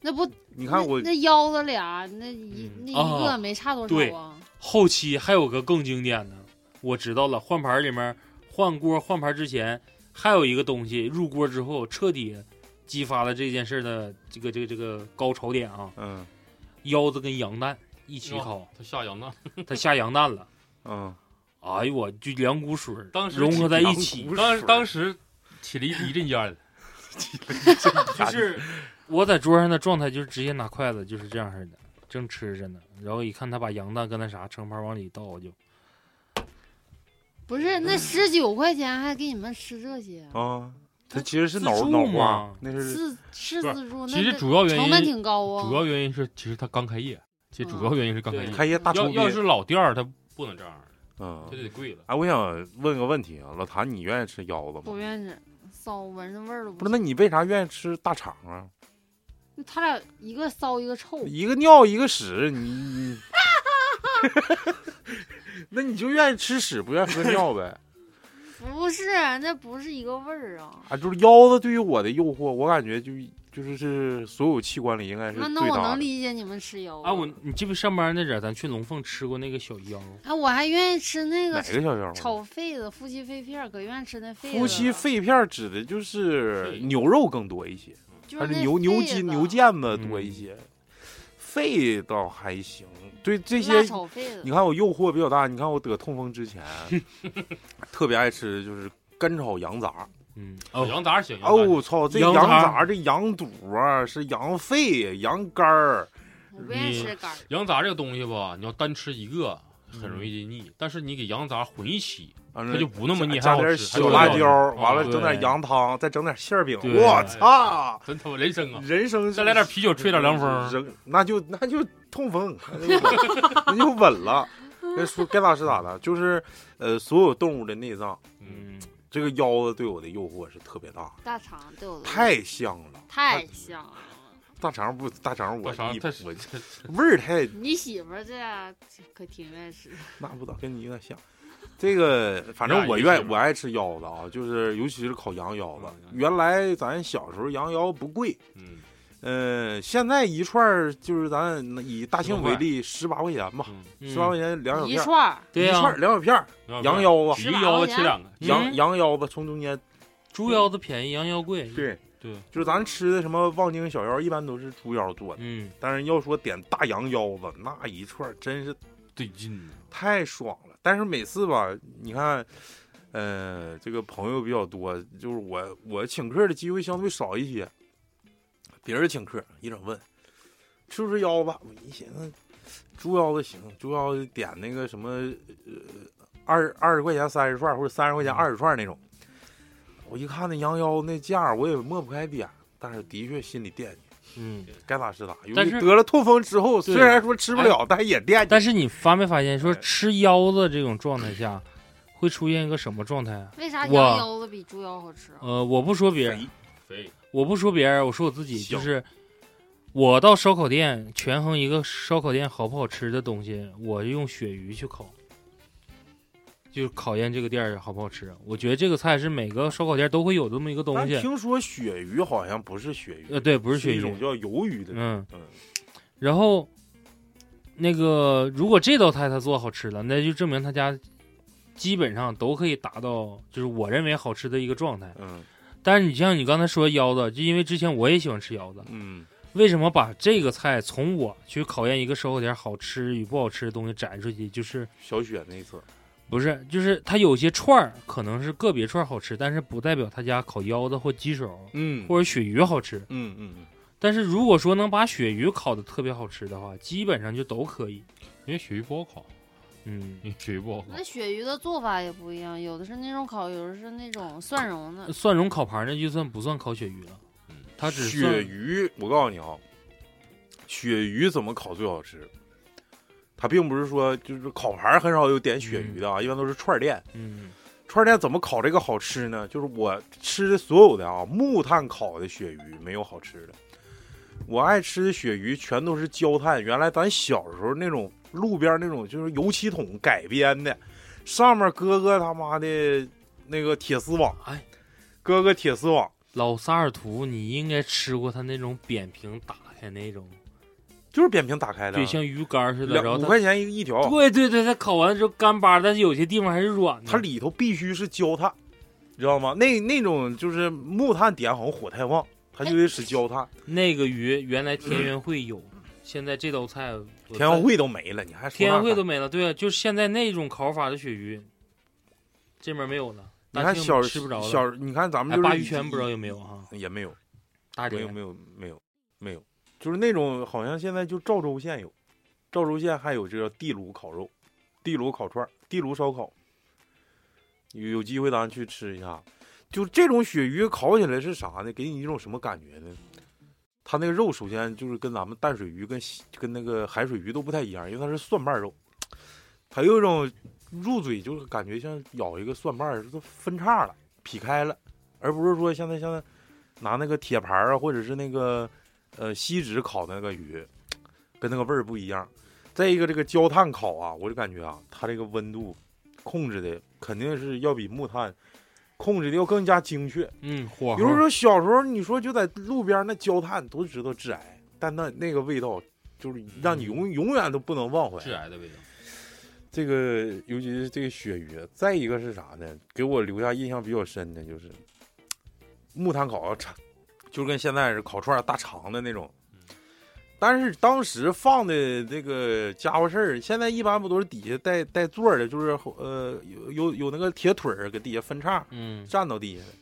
那不，
你看我
那那腰子俩，那一、
嗯
那
啊
一个没差多
对
少啊。
后期还有个更经典的，我知道了，换盘里面换锅换盘之前还有一个东西，入锅之后彻底激发了这件事的这个这个这个高潮点啊，
嗯
腰子跟羊蛋一
哦
起烤，
他下羊呢，
他下羊蛋了。
嗯，
哎呦我就两股水儿
当时
融合在一起，
当当时起了一一阵烟儿，
就是我在桌上的状态就是直接拿筷子就是这样式的，正吃着呢，然后一看他把羊蛋跟那啥盛盘往里倒，我就
不是，那十九块钱还给你们吃这些，
啊，它其实是
自
脑
助
脑
嘛
瓜，那是
自是
不是
自助，那
其实
那
主要原
成本
因
挺高嗯啊。
主要原因是其实他刚开业，其实主要原因是刚开
对
业，
开业大
要
抽
要
筋。
是老店儿他不能这样，
嗯
他，就得贵了。
哎，我想问个问题啊，老谭，你愿意吃腰子
不
吗？
愿意吃，骚闻着味儿都
不是，那你为啥愿意吃大肠啊？
那他俩一个骚一个臭，
一个尿一个屎，你你， 那你就愿意吃屎，不愿意喝尿呗？
不是，啊那不是一个味儿啊。
啊，就是腰子对于我的诱惑，我感觉就就是是所有器官里应该是
那
最
那我
大
能
的。
理解你们吃腰
啊我你记不记得上班那阵儿咱去龙凤吃过那个小腰，
哎，我还愿意吃那
哪
个
个小腰
炒肺子、夫妻肺片儿，可愿意吃那肺子了。
夫妻肺片儿指的就是牛肉更多一些，
就
还
是
是
那
牛牛
肺
筋
子
牛腱子多一些。肺倒还行，对这些
辣炒肺
你
的，
看我诱惑比较大，你看我得痛风之前， 特别爱吃的就是干炒羊杂。
嗯，
哦，羊杂行，
哦，我操，这
羊
羊
杂
杂这羊肚啊，是羊肺、羊肝儿，
我不愿意
你
吃肝儿，
羊杂这个东西吧，你要单吃一个很容易就腻，但是你给羊杂混一起，
完
它
了
就不那么腻，
嗯加
还好
点
吃
小辣椒，，
啊
完了
对
整点羊汤，再整点馅儿饼。
对
我操，
还有料真他妈人生啊！
人生
再来点啤酒，吹点凉风，
人那就那就痛风，那就稳了。该说该咋是咋的，就是呃，所有动物的内脏，
嗯，
这个腰子对我的诱惑是特别大的，
大肠对我的
太香了。
太香了。
大肠不大肠我
大肠
一
太
我味儿太
你媳妇儿这样可挺愿意吃，
那不咋跟你有点像。这个反正我
你
愿
俩一个姓
我爱吃腰子啊，就是尤其是烤羊腰子
嗯。羊
原来咱小时候羊腰不贵，
嗯，
呃，现在一串儿就是咱以大庆为例，十八块钱吧，
嗯
十八块钱两小
一
片儿，
串儿
对
一
呀
串，啊儿两小片儿，羊啊腰子、
一个腰子啊切两个，
羊
嗯
羊腰子从中间
猪腰子便宜，羊腰贵，
对
对，
就是咱吃的什么望京小腰，一般都是猪腰做的，
嗯，
但是要说点大羊腰子，那一串儿真是
对劲呢，
太爽了。但是每次吧，你看，呃，这个朋友比较多，就是我我请客的机会相对少一些。别人请客一整问吃不吃腰子，我一寻思猪腰子行，猪腰子点那个什么呃二二十块钱三十串或者三十块
嗯
钱二十串那种。我一看那羊腰那价儿，我也抹不开点，但是的确心里惦记。
嗯，
该咋是咋，尤
但
其
是
得了痛风之后，
对
虽然说吃不
哎
了，但也惦记。
但是你发没发现，说
哎
吃腰子这种状态下，会出现一个什么状态啊？
为啥
哇
羊腰子比猪腰好吃
哦
啊？
呃，我不说别人，
肥
我不说别人，我说我自己，
行
就是我到烧烤店权衡一个烧烤店好不好吃的东西，我用鳕鱼去烤，就是考验这个店儿好不好吃。我觉得这个菜是每个烧烤店都会有这么一个东
但
西。
听说鳕鱼好像不是鳕鱼，
呃，对，不是鳕
一
鱼
种，叫鱿鱼的。
嗯
嗯，
然后那个如果这道菜他做好吃了，那就证明他家基本上都可以达到就是我认为好吃的一个状态。
嗯
但是你像你刚才说腰子，就因为之前我也喜欢吃腰子，
嗯，
为什么把这个菜从我去考验一个烧烤店好吃与不好吃的东西摘出去？就是
小雪那一侧，
不是就是它有些串儿可能是个别串儿好吃，但是不代表他家烤腰子或鸡手
嗯
或者鳕鱼好吃。
嗯嗯，
但是如果说能把鳕鱼烤的特别好吃的话，基本上就都可以。
因为鳕鱼不好烤，
嗯，
因为鳕鱼不好烤
那，鳕鱼的做法也不一样，有的是那种烤，有的是那种蒜蓉
呃
的。
蒜蓉烤盘那就算不算烤鳕鱼了？
嗯，
它只算
鳕鱼，我告诉你啊，鳕鱼怎么烤最好吃？它并不是说就是烤盘很少有点鳕鱼的啊，一般都是串儿店。
嗯
串儿店怎么烤这个好吃呢？就是我吃的所有的啊，木炭烤的鳕鱼没有好吃的。我爱吃的鳕鱼全都是焦炭，原来咱小时候那种路边那种就是油漆桶改编的，上面搁个他妈的那个铁丝网，
哎，
搁个铁丝网，
老萨尔图，你应该吃过它那种扁平打开那种，
就是扁平打开的，啊
对，像鱼干似的，然
两
后
五
它
块钱一一条，啊
对对对，它烤完了之后干巴，但是有些地方还是软的。
它里头必须是焦炭，你知道吗？那那种就是木炭点好像火太旺，它就得使焦炭，
那个鱼原来田园会有，现在这道菜我
田
在
园会都没了，你还说
田
那
园会
干
都没了。对啊，就是现在那种烤法的鳕鱼，这边没有了。
你看
大庆
小
吃不着了，
小，你看咱们
哎，
就是
鲅
已
鱼圈
经
不知道有没有哈？
也没有，
大
没有
连
没有没有没有，就是那种好像现在就赵州县有，赵州县还有这叫地炉烤肉、地炉烤串儿、地炉烧烤，有有机会咱去吃一下。就这种鳕鱼烤起来是啥呢？给你一种什么感觉呢？它那个肉首先就是跟咱们淡水鱼跟西跟那个海水鱼都不太一样，因为它是蒜瓣肉，它有一种入嘴就是感觉像咬一个蒜瓣儿，就是分叉了、劈开了，而不是说像它像它拿那个铁盘儿啊，或者是那个呃锡纸烤的那个鱼，跟那个味儿不一样。再一个，这个焦炭烤啊，我就感觉啊，它这个温度控制的肯定是要比木炭控制的要更加精确。
嗯，火
比如说小时候，你说就在路边儿那焦炭都知道致癌，但那那个味道就是让你永永远都不能忘怀。
致癌的味道，
这个尤其是这个鳕鱼，再一个是啥呢？给我留下印象比较深的就是木炭烤肠，就是跟现在是烤串儿大肠的那种
嗯，
但是当时放的这个家伙事儿，现在一般不都是底下带带座儿的，就是后呃有有有那个铁腿儿搁底下分叉
嗯，
站到地下的。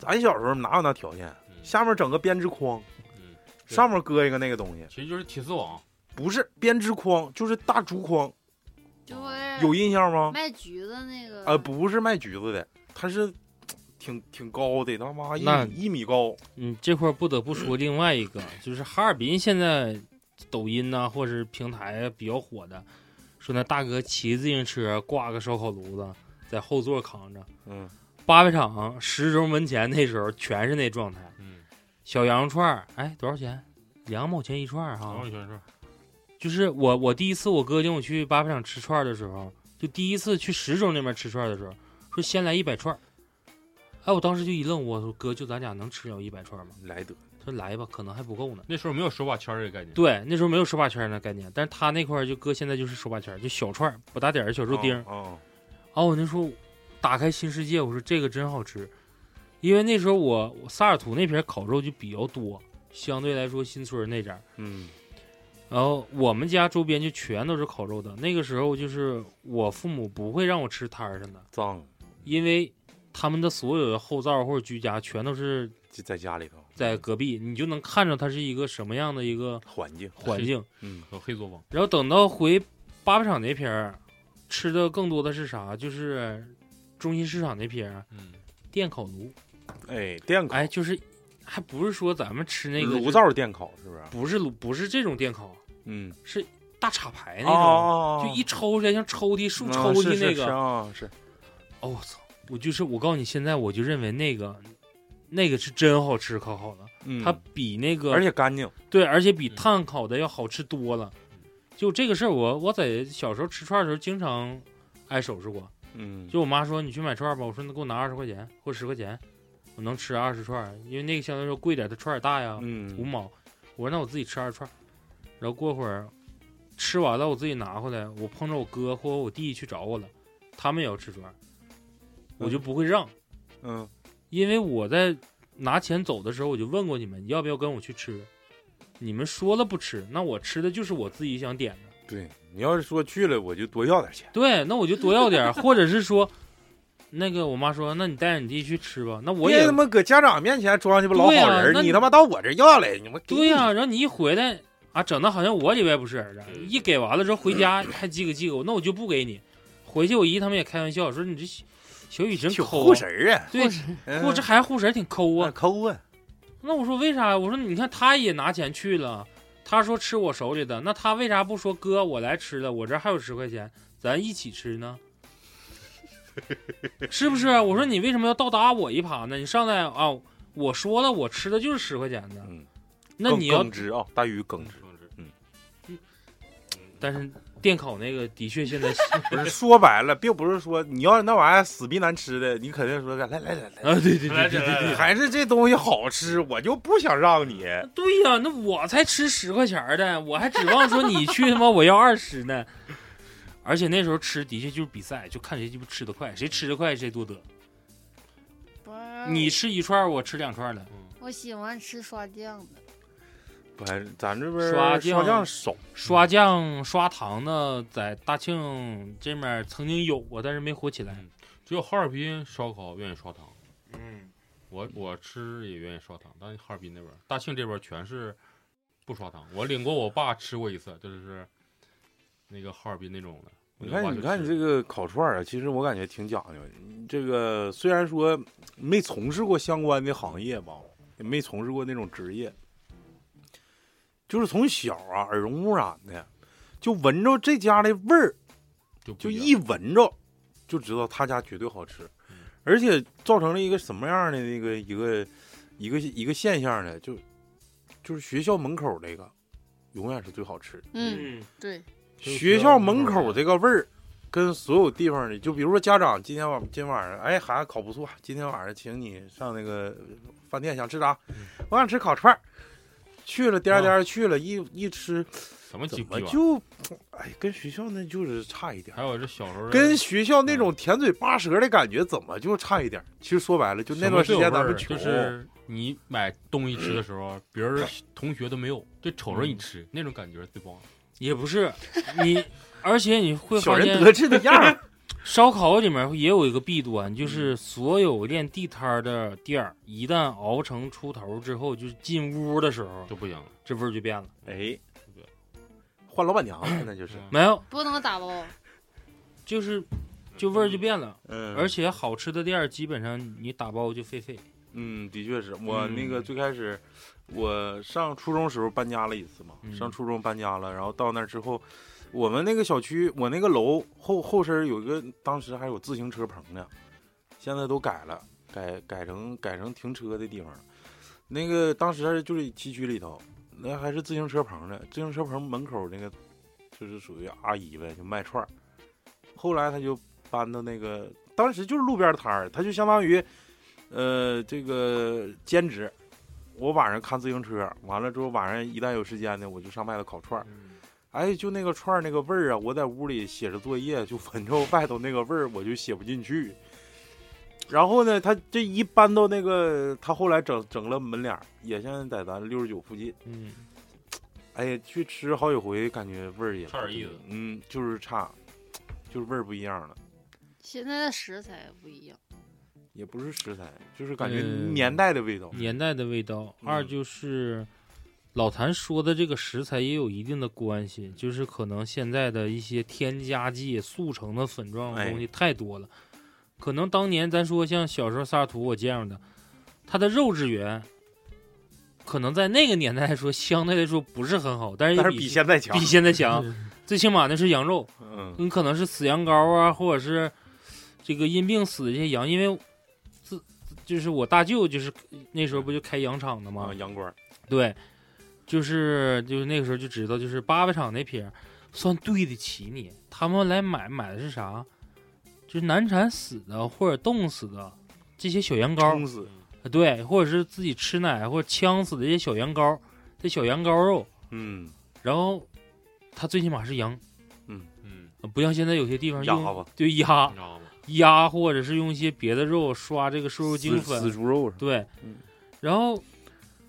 咱小时候哪有那条件？
嗯
下面整个编织筐，
嗯对
上面搁一个那个东西，
其实就是铁丝网，
不是编织筐，就是大竹筐，
就是
有印象吗？
卖橘子那个
呃，不是卖橘子的，它是挺挺高的，他妈一
那
米一米高。
嗯，这块儿不得不说另外一个，就是哈尔滨现在抖音呐、或者是平台啊比较火的，说那大哥骑自行车挂个烧烤炉子在后座扛着，
嗯，
八百场十中门前那时候全是那状态，
嗯，
小羊肉串儿，哎，多少钱？两毛钱一串儿
啊
哈、
然后全是
就是我我第一次我哥领我去八百场吃串儿的时候，就第一次去石州那边吃串儿的时候，说先来一百串儿。哎，我当时就一愣，我说哥，就咱俩能吃了一百串儿吗？
莱德，
他说来吧，可能还不够呢。
那时候没有手把圈儿这个概念，
对，那时候没有手把圈儿的概念，但是他那块儿就搁现在就是手把圈儿，就小串儿不打点儿的小肉丁儿。
啊，
啊，我那时候打开新世界，我说这个真好吃，因为那时候我我萨尔图那边烤肉就比较多，相对来说新村儿那点儿。
嗯
然后我们家周边就全都是烤肉的。那个时候就是我父母不会让我吃摊儿上的，
脏，
因为他们的所有的后灶或者居家全都是
就在家里头
在隔壁，你就能看着它是一个什么样的一个
环境，
环境。
嗯
和黑作坊，
然后等到回八百场那片儿，吃的更多的是啥？就是中心市场那片儿
嗯，
电烤炉，
哎，电烤，
哎，就是还不是说咱们吃那个
炉，灶电烤是不是？
不是炉，不是这种电烤，
嗯，
是大插排那种。
哦
就一抽出来像抽屉
出
竖抽屉那个，
啊，嗯是
哦，我操！我就是我告诉你，现在我就认为那个，那个是真好吃，烤好了，
嗯
它比那个，
而且干净，
对，而且比
嗯
炭烤的要好吃多了。就这个事儿，我我在小时候吃串儿的时候经常挨收拾过。
嗯，
就我妈说你去买串儿吧，我说那给我拿二十块钱或十块钱，我能吃二十串儿，因为那个相对来说贵点儿，它串儿大呀，五
嗯，
毛。我说那我自己吃二串儿，然后过会儿吃完了我自己拿回来，我碰着我哥或者我弟去找我了，他们也要吃串儿，我就不会让。
嗯，
因为我在拿钱走的时候，我就问过你们要不要跟我去吃，你们说了不吃，那我吃的就是我自己想点的。
对，你要是说去了，我就多要点钱，
对，那我就多要点儿，或者是说，那个我妈说，那你带着你弟去吃吧。那我
别
也
他妈搁家长面前装鸡巴老好人
对啊那
儿，
你
你他妈到我这儿要来，你妈给你
对啊呀、然后你一回来啊，整的好像我里外不是人儿的，
对
一给完了之后回家还叽个叽个，那我就不给你。回去我姨他们也开玩笑说你这小小雨真
挺
抠
护
啊，
神儿啊，
对，
嗯
护这还护神儿挺抠啊
啊。抠啊，
那我说为啥？我说你看他也拿钱去了，他说吃我手里的，那他为啥不说哥我来吃了？我这还有十块钱，咱一起吃呢？ 是不是？啊我说你为什么要倒打我一耙呢？你上来啊！我说了，我吃的就是十块钱的。
嗯
那
更
你要
耿，直啊，大鱼耿直，
但是电烤那个的确现在
不是说白了，并不是说你要那玩意儿死逼难吃的，你肯定说来来来来来，
啊，对对对
来
对
这
对
来
对，
还是这东西好吃，我就不想让你。
对呀、那我才吃十块钱儿的，我还指望说你去他妈我要二十呢。 而且那时候吃的确就是比赛，就看谁鸡巴吃得快，谁吃得快谁多得。
不是
你吃一串儿，我吃两串儿了。
嗯
我喜欢吃刷酱的，
不还咱这边
刷
刷
酱
酱少，
刷酱、刷糖的，在大庆这面儿曾经有过，但是没火起来。
只有哈尔滨烧烤愿意刷糖，
嗯，
我我吃也愿意刷糖，但是哈尔滨那边儿，大庆这边儿全是不刷糖。我领过我爸吃过一次，就是那个哈尔滨那种的。
你
我爸
看，
就
你看
吃
你这个烤串儿啊，其实我感觉挺讲究的。你这个虽然说没从事过相关的行业吧，也没从事过那种职业，就是从小啊耳濡目染的，就闻着这家的味儿，
就不
就
样
一嗯闻着就知道他家绝对好吃，而且造成了一个什么样的那个一个一个一个现象呢？就就是学校门口那个永远是最好吃的。
嗯，对，
学校门口这个味儿，跟所有地方的，就比如说家长今天晚今晚上，哎，孩子考不错，今天晚上请你上那个嗯啊饭店，想吃啥？我想吃烤串儿。去了，颠儿颠儿去了，一一吃，
什么
怎
鸡
么
逼玩意儿？
就哎，跟学校那就是差一点
还。有这小时
嗯
候
跟学校那种舔嘴巴舌的感觉怎么就差一点？其实说白了，就那段时间咱们穷，
就是你买东西吃的时候，别人同学都没有，就瞅着你吃那种感觉最棒。
也不是你，而且你会
小
发
人得
现
志的样儿。
烧烤里面也有一个弊端，
嗯
就是所有练地摊儿的店儿，一旦熬成出头之后，就是进屋的时候，
就不行了。
这味儿就变了。
哎，换老板娘了，那就是，
没有，
不能打包，
就是就味儿就变了。
嗯，
而且好吃的店儿基本上你打包就费费。
嗯，的确是我
嗯
那个最开始，我上初中时候搬家了一次嘛，
嗯
上初中搬家了，然后到那儿之后，我们那个小区，我那个楼后后身有一个，当时还有自行车棚呢，现在都改了，改改成改成停车的地方了。那个当时就是七区里头，那还是自行车棚呢，自行车棚门口那个就是属于阿姨呗，就卖串儿。后来他就搬到那个，当时就是路边摊儿，他就相当于，呃，这个兼职。我晚上看自行车，完了之后晚上一旦有时间呢，我就上外头烤串儿。哎，就那个串儿那个味儿啊，我在屋里写着作业，就闻着外头那个味儿，我就写不进去。然后呢，他这一搬到那个，他后来整整了门脸儿，也现在在咱六十九附近。
嗯，
哎呀，去吃好几回，感觉味儿也
差点意思
不对嗯，就是差，就是味儿不一样了，
现在的食材也不一样。
也不是食材，就是感觉
嗯
年代的味道。
年代的味道。
嗯
二就是老谭说的这个食材也有一定的关系，就是可能现在的一些添加剂、速成的粉状的
哎
东西太多了。可能当年咱说像小时候萨图我见着的，它的肉质源可能在那个年代来说，相对来说不是很好，但是
但
也
是比现在强
比，现在强。 最起码那是羊肉，
嗯，
你可能是死羊羔啊，或者是这个因病死的这些羊，因为自就是我大舅就是那时候不就开羊场的吗
啊，？羊倌儿，
对，就是就是那个时候就知道，就是八百场那撇儿算对得起你。他们来买买的是啥？就是难产死的或者冻死的这些小羊羔
撑，死，
对，或者是自己吃奶或者呛死的这些小羊羔，这小羊羔肉，
嗯，
然后它最起码是羊，
嗯，
不像现在有些地方
鸭嗯
用
吧，
对
你
鸭
知道吗？
鸭，或者是用一些别的肉刷这个瘦肉精
死死
粉，
猪肉是吧？
对
嗯，
然后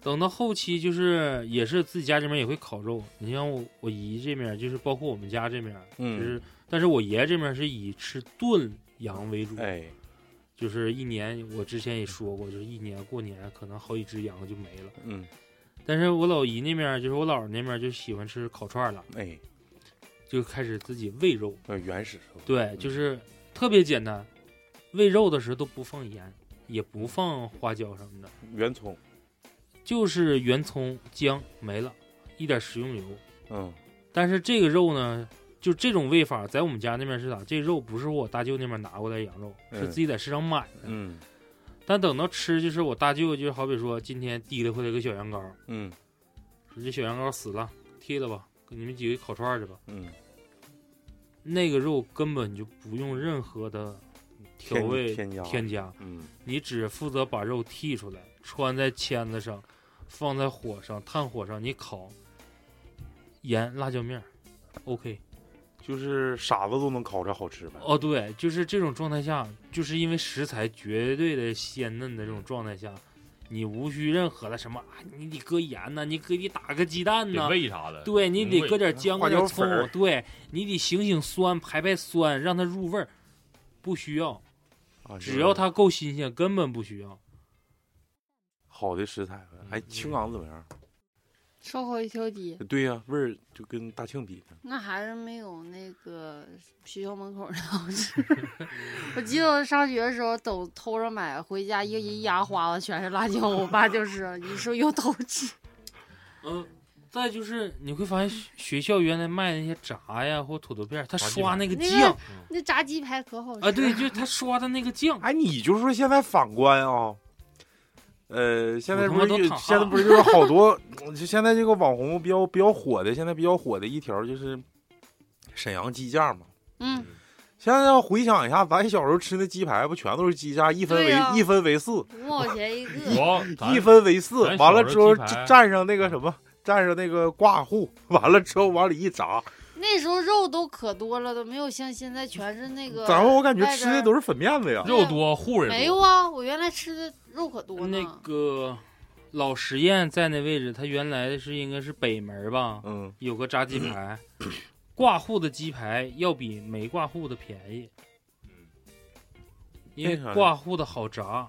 等到后期就是也是自己家这边也会烤肉，你像我我姨这面就是包括我们家这面，就
嗯，
是但是我爷这面是以吃炖羊为主，
哎，
就是一年我之前也说过，就是一年过年可能好几只羊就没了，
嗯，
但是我老姨那面就是我姥姥那面就喜欢吃烤串了，
哎，
就开始自己喂肉。
呃，原始，
对，就是特别简单，喂肉的时候都不放盐，也不放花椒什么的，
原葱，
就是原葱姜没了，一点食用油。
嗯，
但是这个肉呢，就这种喂法，在我们家那边是咋？这肉不是我大舅那边拿过来的羊肉，是
嗯
自己在市场买的。
嗯，
但等到吃，就是我大舅，就好比说今天提溜回来个小羊羔，
嗯，
说这小羊羔死了，剔了吧，给你们几个烤串儿去吧。
嗯，
那个肉根本就不用任何的调
添
味
添加，
添加，
嗯，
你只负责把肉剔出来，穿在签子上，放在火上，炭火上，你烤，盐、辣椒面儿，OK。
就是傻子都能烤着好吃呗。
哦，对，就是这种状态下，就是因为食材绝对的鲜嫩的这种状态下，你无需任何的什么，啊你得搁盐呐、你搁你打个鸡蛋呐、
得喂啥的，
对你得
喂
搁点姜，
嗯花
搁点
椒粉儿
葱，对你得醒醒酸，排排酸，让它入味儿，不需要，
啊，就是
只要它够新鲜，根本不需要。
好的食材呗。哎，
嗯
青昂怎么样？
烧烤一条街，
对呀，味儿就跟大庆比呢。
那还是没有那个学校门口儿的好 吃。我记得我上学的时候，都偷着买，回家一一牙花子全是辣椒，我爸就是你说又偷吃。
嗯，再就是你会发现学学校原来卖那些炸呀或土豆片儿，他
炸鸡
刷
排
那个
那个
酱
那炸鸡排可好吃
啊，对，就是他刷的那个 酱，
哎，你就说现在反观啊，呃，现在
我他
不
妈
是
都
就
躺
现在不是就是好多，嗯就现在这个网红比较比较火的，现在比较火的一条就是沈阳鸡架嘛。
嗯，
现在要回想一下，咱小时候吃那鸡排不全都是鸡架，一分
对
为、
呀
一分为四，
五毛钱一个，
主要咱
一分为四，
咱
完了
小时
之
候
后
鸡排
蘸上那个什么，蘸上那个挂糊，完了之后往里一炸。
那时候肉都可多了，都没有像现在全是那个。
咱们我感觉吃的都是粉面子呀。
肉多糊人
没有
多，
啊，我原来吃的肉可多呢。
那个老实验在那位置，他原来是应该是北门吧，
嗯，
有个炸鸡排， 挂户的鸡排要比没挂户的便宜，
嗯
因为
为啥呢
挂户的好炸，
啊，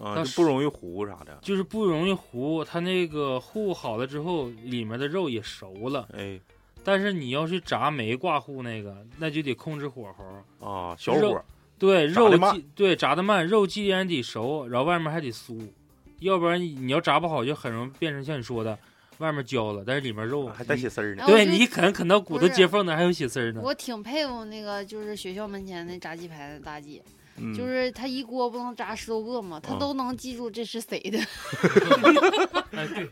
那
就是不容易糊啥的。
就是不容易糊。它那个糊好了之后，里面的肉也熟了。
哎，
但是你要去炸没挂糊那个，那就得控制火候。
啊，小火
肉对，
炸得
肉
慢
既对炸的慢，肉既然得熟，然后外面还得酥，要不然你你要炸不好，就很容易变成像你说的，外面焦了，但是里面肉
还带血丝儿呢
哎。
对
我就
你一啃啃到骨头
不是
接缝那还有血丝儿呢。
我挺佩服那个，就是学校门前那炸鸡排的大姐，
嗯
就是她一锅不能炸十多个嘛，她
嗯
都能记住这是谁的，
哎对，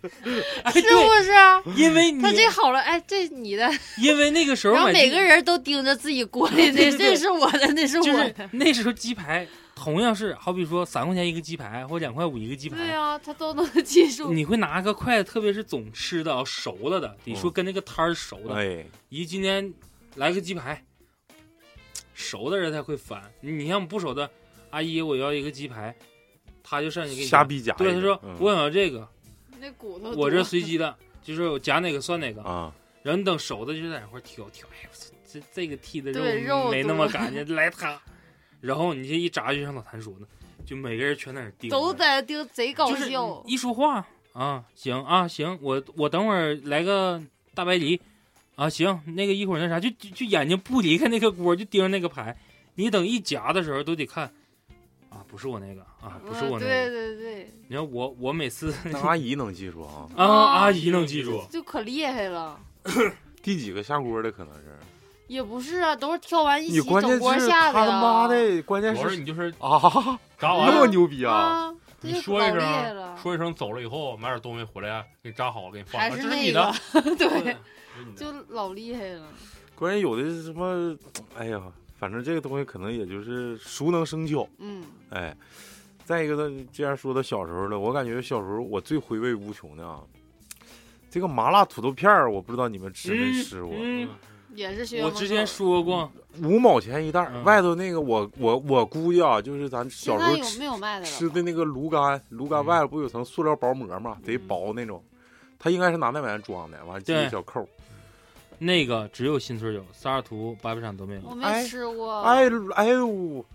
哎
是
对，
不是啊？
因为你
她这好了，哎，这你的，
因为那个时候
然后
买鸡
每个人都盯着自己锅里
对
的，
对
这
对
是我的，那是我
就是
的。
那时候鸡排同样是好比说三块钱一个鸡排或两块五一个鸡排，
对啊，她都能记住。
你会拿个筷子，特别是总吃的啊，熟了的，
嗯
得说跟那个摊儿熟的。
哎，
姨、今天来个鸡排，熟的人才会翻。你像不熟的，阿姨我要一个鸡排，他就上去给你
瞎。逼夹一个。
对，他说、
嗯
我想要这个，
那骨头多，
我这随机的，就是我夹哪个算哪个。
啊，
然后你等熟的就在那块儿挑挑，哎呦我操，这这个剔的
对肉
没那
多
么 干净，来它。然后你这一炸，就像老谭说的，就每个人全在那儿盯着。
都在盯，贼搞
就是
笑。嗯
一说话啊，行啊，行，我我等会儿来个大白梨啊，行，那个一会儿那啥，就就就眼睛不离开那个锅，就盯着那个牌。你等一夹的时候都得看啊，不是我那个啊，不是
嗯
我那
对
个。
对对，
你看我我每次
那阿姨能记住啊？
啊，
啊
阿姨能 记住，
就可厉害了。
第几个下锅的可能是？
也不是啊，都是挑完一
你
起
关
整
键
锅
是
下
他
的啊。
妈的，关键
主要是
是
你就是
啊，
炸完
那
了，
么牛逼啊！
啊，这
你
就
说
老
一
厉害了
声，说一声走了以后，买点东西回来给你炸好，给你放
还
了，这
是
是
那
你的
个，， 对，
这是你的
就老厉害了。
关键有的是什么，哎呀，反正这个东西可能也就是熟能生巧。
嗯，
哎，再一个呢，既然说到小时候了，我感觉小时候我最回味无穷的啊，这个麻辣土豆片儿，我不知道你们吃没
嗯
吃过，
嗯，
也是学
我之前说过，
五毛钱一袋儿，
嗯
外头那个我我我估计啊，就是咱
现
小时
在
候
有
吃
没有卖的了？
吃的那个芦柑，芦柑
嗯
外头不有层塑料薄膜嘛，贼
嗯
薄那种，它应该是拿那玩意儿装的，完了系
对
个小扣儿。
那个只有新村有，萨尔图、八百场都没有。
我
哎
没吃过。
哎哎呦，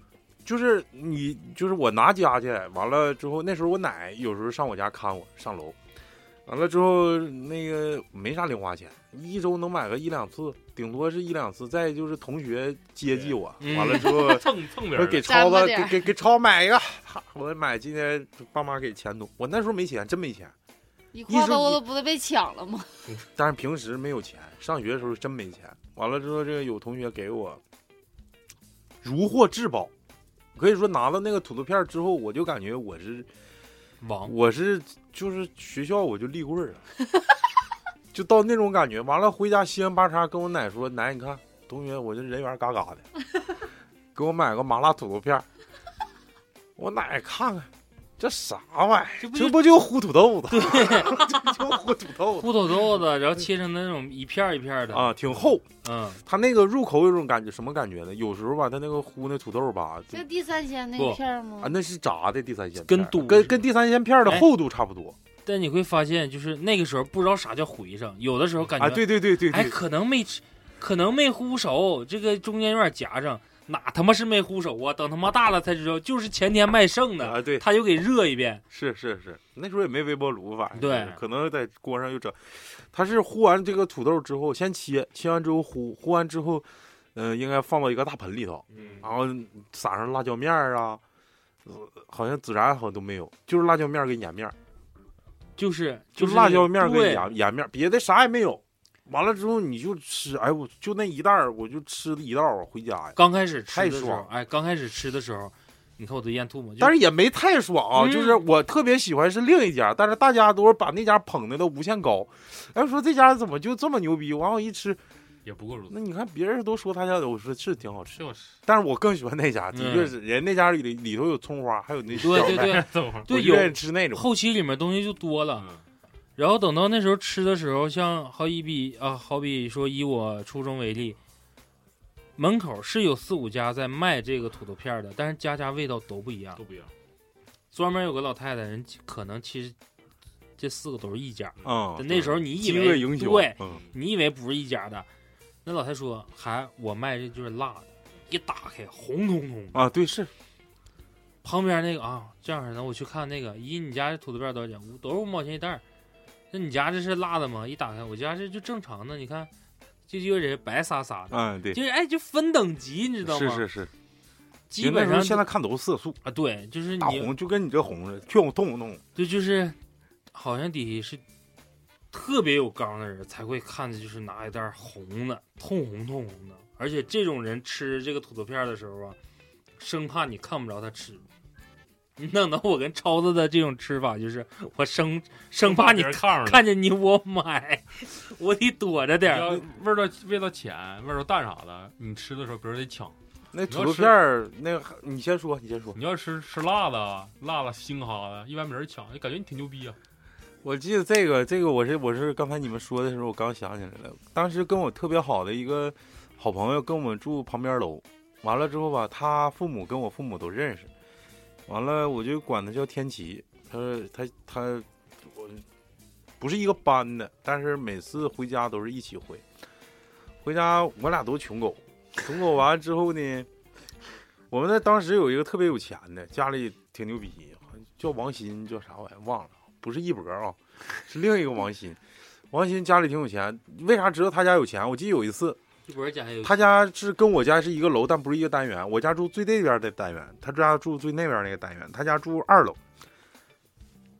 就是你，就是我拿家去，完了之后，那时候我奶有时候上我家看我，上楼，完了之后那个没啥零花钱，一周能买个一两次，顶多是一两次。再就是同学接济我，
嗯
完了 之后
蹭蹭别
说
人
给
的，
超
沾
子
吧
给
点儿
给给超买一个，啪我买今天爸妈给钱多，我那时候没钱，真没钱，
你
一
挎
时
兜
一
子不得被抢了吗？
但是平时没有钱，上学的时候真没钱。完了之后，这个有同学给我如获至宝，可以说拿到那个土豆片儿之后，我就感觉我是
王，
我是就是学校我就立棍儿了， 就到那种感觉。完了回家稀里巴叉跟我奶说：“奶，你看同学，我这人缘嘎嘎 的，给我买个麻辣土豆片儿。”我奶看看。这啥玩意儿？
这不
这
就
不就糊土豆子？ 这就糊土豆子
糊土豆子，然后切成那种一片儿一片儿的，
啊，挺厚。
嗯，
它那个入口有种感觉，什么感觉呢？有时候吧，它那个糊那土豆吧，就
这第三鲜那
不
片儿吗
啊，？那是炸的地三鲜片
跟
儿，
肚
跟
子
跟地三鲜片儿的
哎
厚度差不多
但你会发现，就是那个时候不知道啥叫回声，有的时候感觉，
啊。对对对对
哎，
对，
可能没吃，可能没烀熟，这个中间有点夹上，哪他妈是没烀熟啊？等他妈大了才知道，就是前天卖剩的，
啊对，
他又给热一遍，
是是是，那时候也没微波炉，反正
对
可能在锅上又整。它是糊完这个土豆之后，先切，切完之后糊，糊完之后，嗯、应该放到一个大盆里头，
嗯
然后撒上辣椒面儿啊，呃好像孜然好像都没有，就是辣椒面儿跟盐面儿。
就是
就是辣椒面儿跟
对
盐盐面儿，别的啥也没有。完了之后你就吃，哎，我就那一袋儿，我就吃了一道儿回家呀。
刚开始吃
太
的时
爽
候，哎，刚开始吃的时候，你看我都咽吐沫，就
但是也没太爽啊，
嗯
就是我特别喜欢是另一家，但是大家都是把那家捧的都无限高，哎，说这家怎么就这么牛逼？完我一吃，
也不过如此
那。你看别人都说他家的，我说是挺好吃，
就是
但是我更喜欢那家，的
嗯
确是人那家里里头有葱花，还有那
对
小
对
麦
对
这会儿，
我
对
就愿意
有
吃那种。
后期里面东西就多了，
嗯
然后等到那时候吃的时候，像好一比啊，好比说以我初中为例，门口是有四五家在卖这个土豆片儿的，但是家家味道都不一样
都。不 一样。
专门有个老太太，人可能其实这四个都是一家。
嗯，
但那时候你以
饥
为
饿营销，
对，
嗯，
你以为不是一家的，那老太说还我卖这就是辣的，一打开红彤彤的。
啊，对，是
旁边那个啊，这样式的，我去看那个，咦，你家这土豆片多少钱？五都是五毛钱一袋儿。那你家这是辣的吗？一打开，我家这就正常的，你看，这就是白撒撒的，
嗯，对，
就是哎，就分等级，你知道吗？
是是是，
基
那
本
时候
上
现在看都是色素，
啊，对，就是
大
你，
红就跟你这红似的，炫动不动，
就就是，好像底下是特别有刚的人才会看的，就是拿一袋红的，通红通红的，而且这种人吃这个土豆片儿的时候啊，生怕你看不着他吃。你等到我跟超子的这种吃法，就是我生生怕你
别人看着呢
看见你我买，我得躲着点
你要
儿。
味道为了钱，味道淡啥的，你吃的时候别人得抢。
那
你
土
要
豆
吃
片儿，那个你先说，你先说。
你要吃吃辣的，辣的腥哈的，一般没人抢，就感觉你挺牛逼啊。
我记得这个，这个我是我是刚才你们说的时候，我刚想起来了。当时跟我特别好的一个好朋友跟我们住旁边楼，完了之后吧，他父母跟我父母都认识，完了我就管他叫天奇，他说他他我不是一个班的，但是每次回家都是一起回，回家我俩都穷狗，穷狗完之后呢，我们那当时有一个特别有钱的，家里挺牛逼，叫王鑫，叫啥玩意儿忘了，不是一博啊，是另一个王鑫。王鑫家里挺有钱，为啥知道他家有钱？我记得有一次，
一会儿讲有
他家是跟我家是一个楼，但不是一个单元。我家住最那边的单元，他家住最那边那个单元，他家住二楼。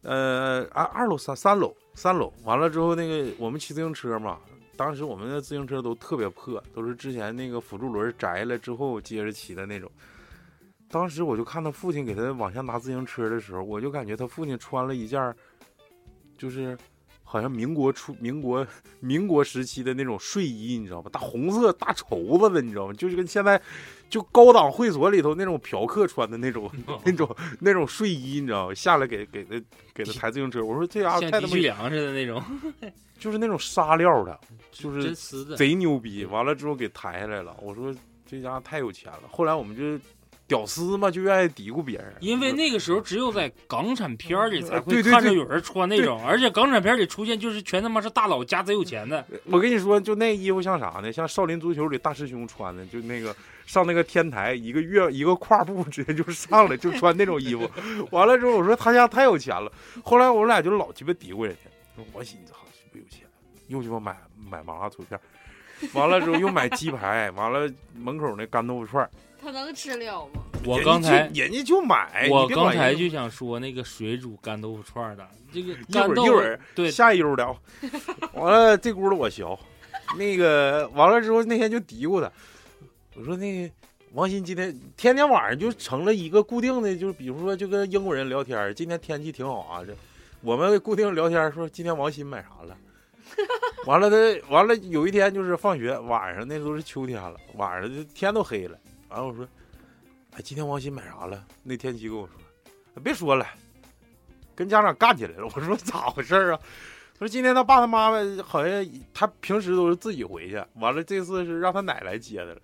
呃，啊，二楼三三楼三楼，完了之后那个我们骑自行车嘛，当时我们的自行车都特别破，都是之前那个辅助轮摘了之后接着骑的那种。当时我就看他父亲给他往下拿自行车的时候，我就感觉他父亲穿了一件儿，就是好像民国初民国 民国时期的那种睡衣，你知道吧？大红色大绸子的，你知道吗？就是跟现在就高档会所里头那种嫖客穿的那 种那种那种睡衣，你知道吗？下来给给他给他抬自行车，我说这家伙
像
太他
地
妈
蓄粮似的那种，
就是那种纱料的，就是
真实的。
贼牛逼。完了之后给抬下来了，我说这家太有钱了。后来我们就屌丝嘛，就愿意嘀咕别人，
因为那个时候只有在港产片儿里才
对
会
对对
看着有人穿那种，而且港产片儿里出现就是全他妈是大佬家贼有钱的，
我跟你说，就那衣服像啥呢？像少林足球里大师兄穿的，就那个上那个天台，一个月一个跨步直接就上来，就穿那种衣服。完了之后，我说他家太有钱了。后来我们俩就老鸡巴嘀咕人家，说我寻思操鸡巴有钱，又鸡巴买买麻辣薯片，完了之后又买鸡排，完了门口那干豆腐串儿，
他能吃了吗？
我
人家
刚
就
才
人家就买，
我
你别管
刚才
人家
就想说那个水煮干豆腐串儿的，这个
一
干
会儿
豆
一会儿
对
下一溜聊。完了，这轱辘我学。那个完了之后，那天就嘀咕他，我说那个王鑫今天天天晚上就成了一个固定的，就是比如说就跟英国人聊天儿，今天天气挺好啊，这我们固定聊天儿说今天王鑫买啥了。完了他完了有一天就是放学晚上那都是秋天了，晚上就天都黑了，完了我说，哎今天王鑫买啥了？那天琪跟我说，哎别说了，跟家长干起来了。我说咋回事儿啊？他说今天他爸他妈妈好像他平时都是自己回去，完了这次是让他奶来接他了。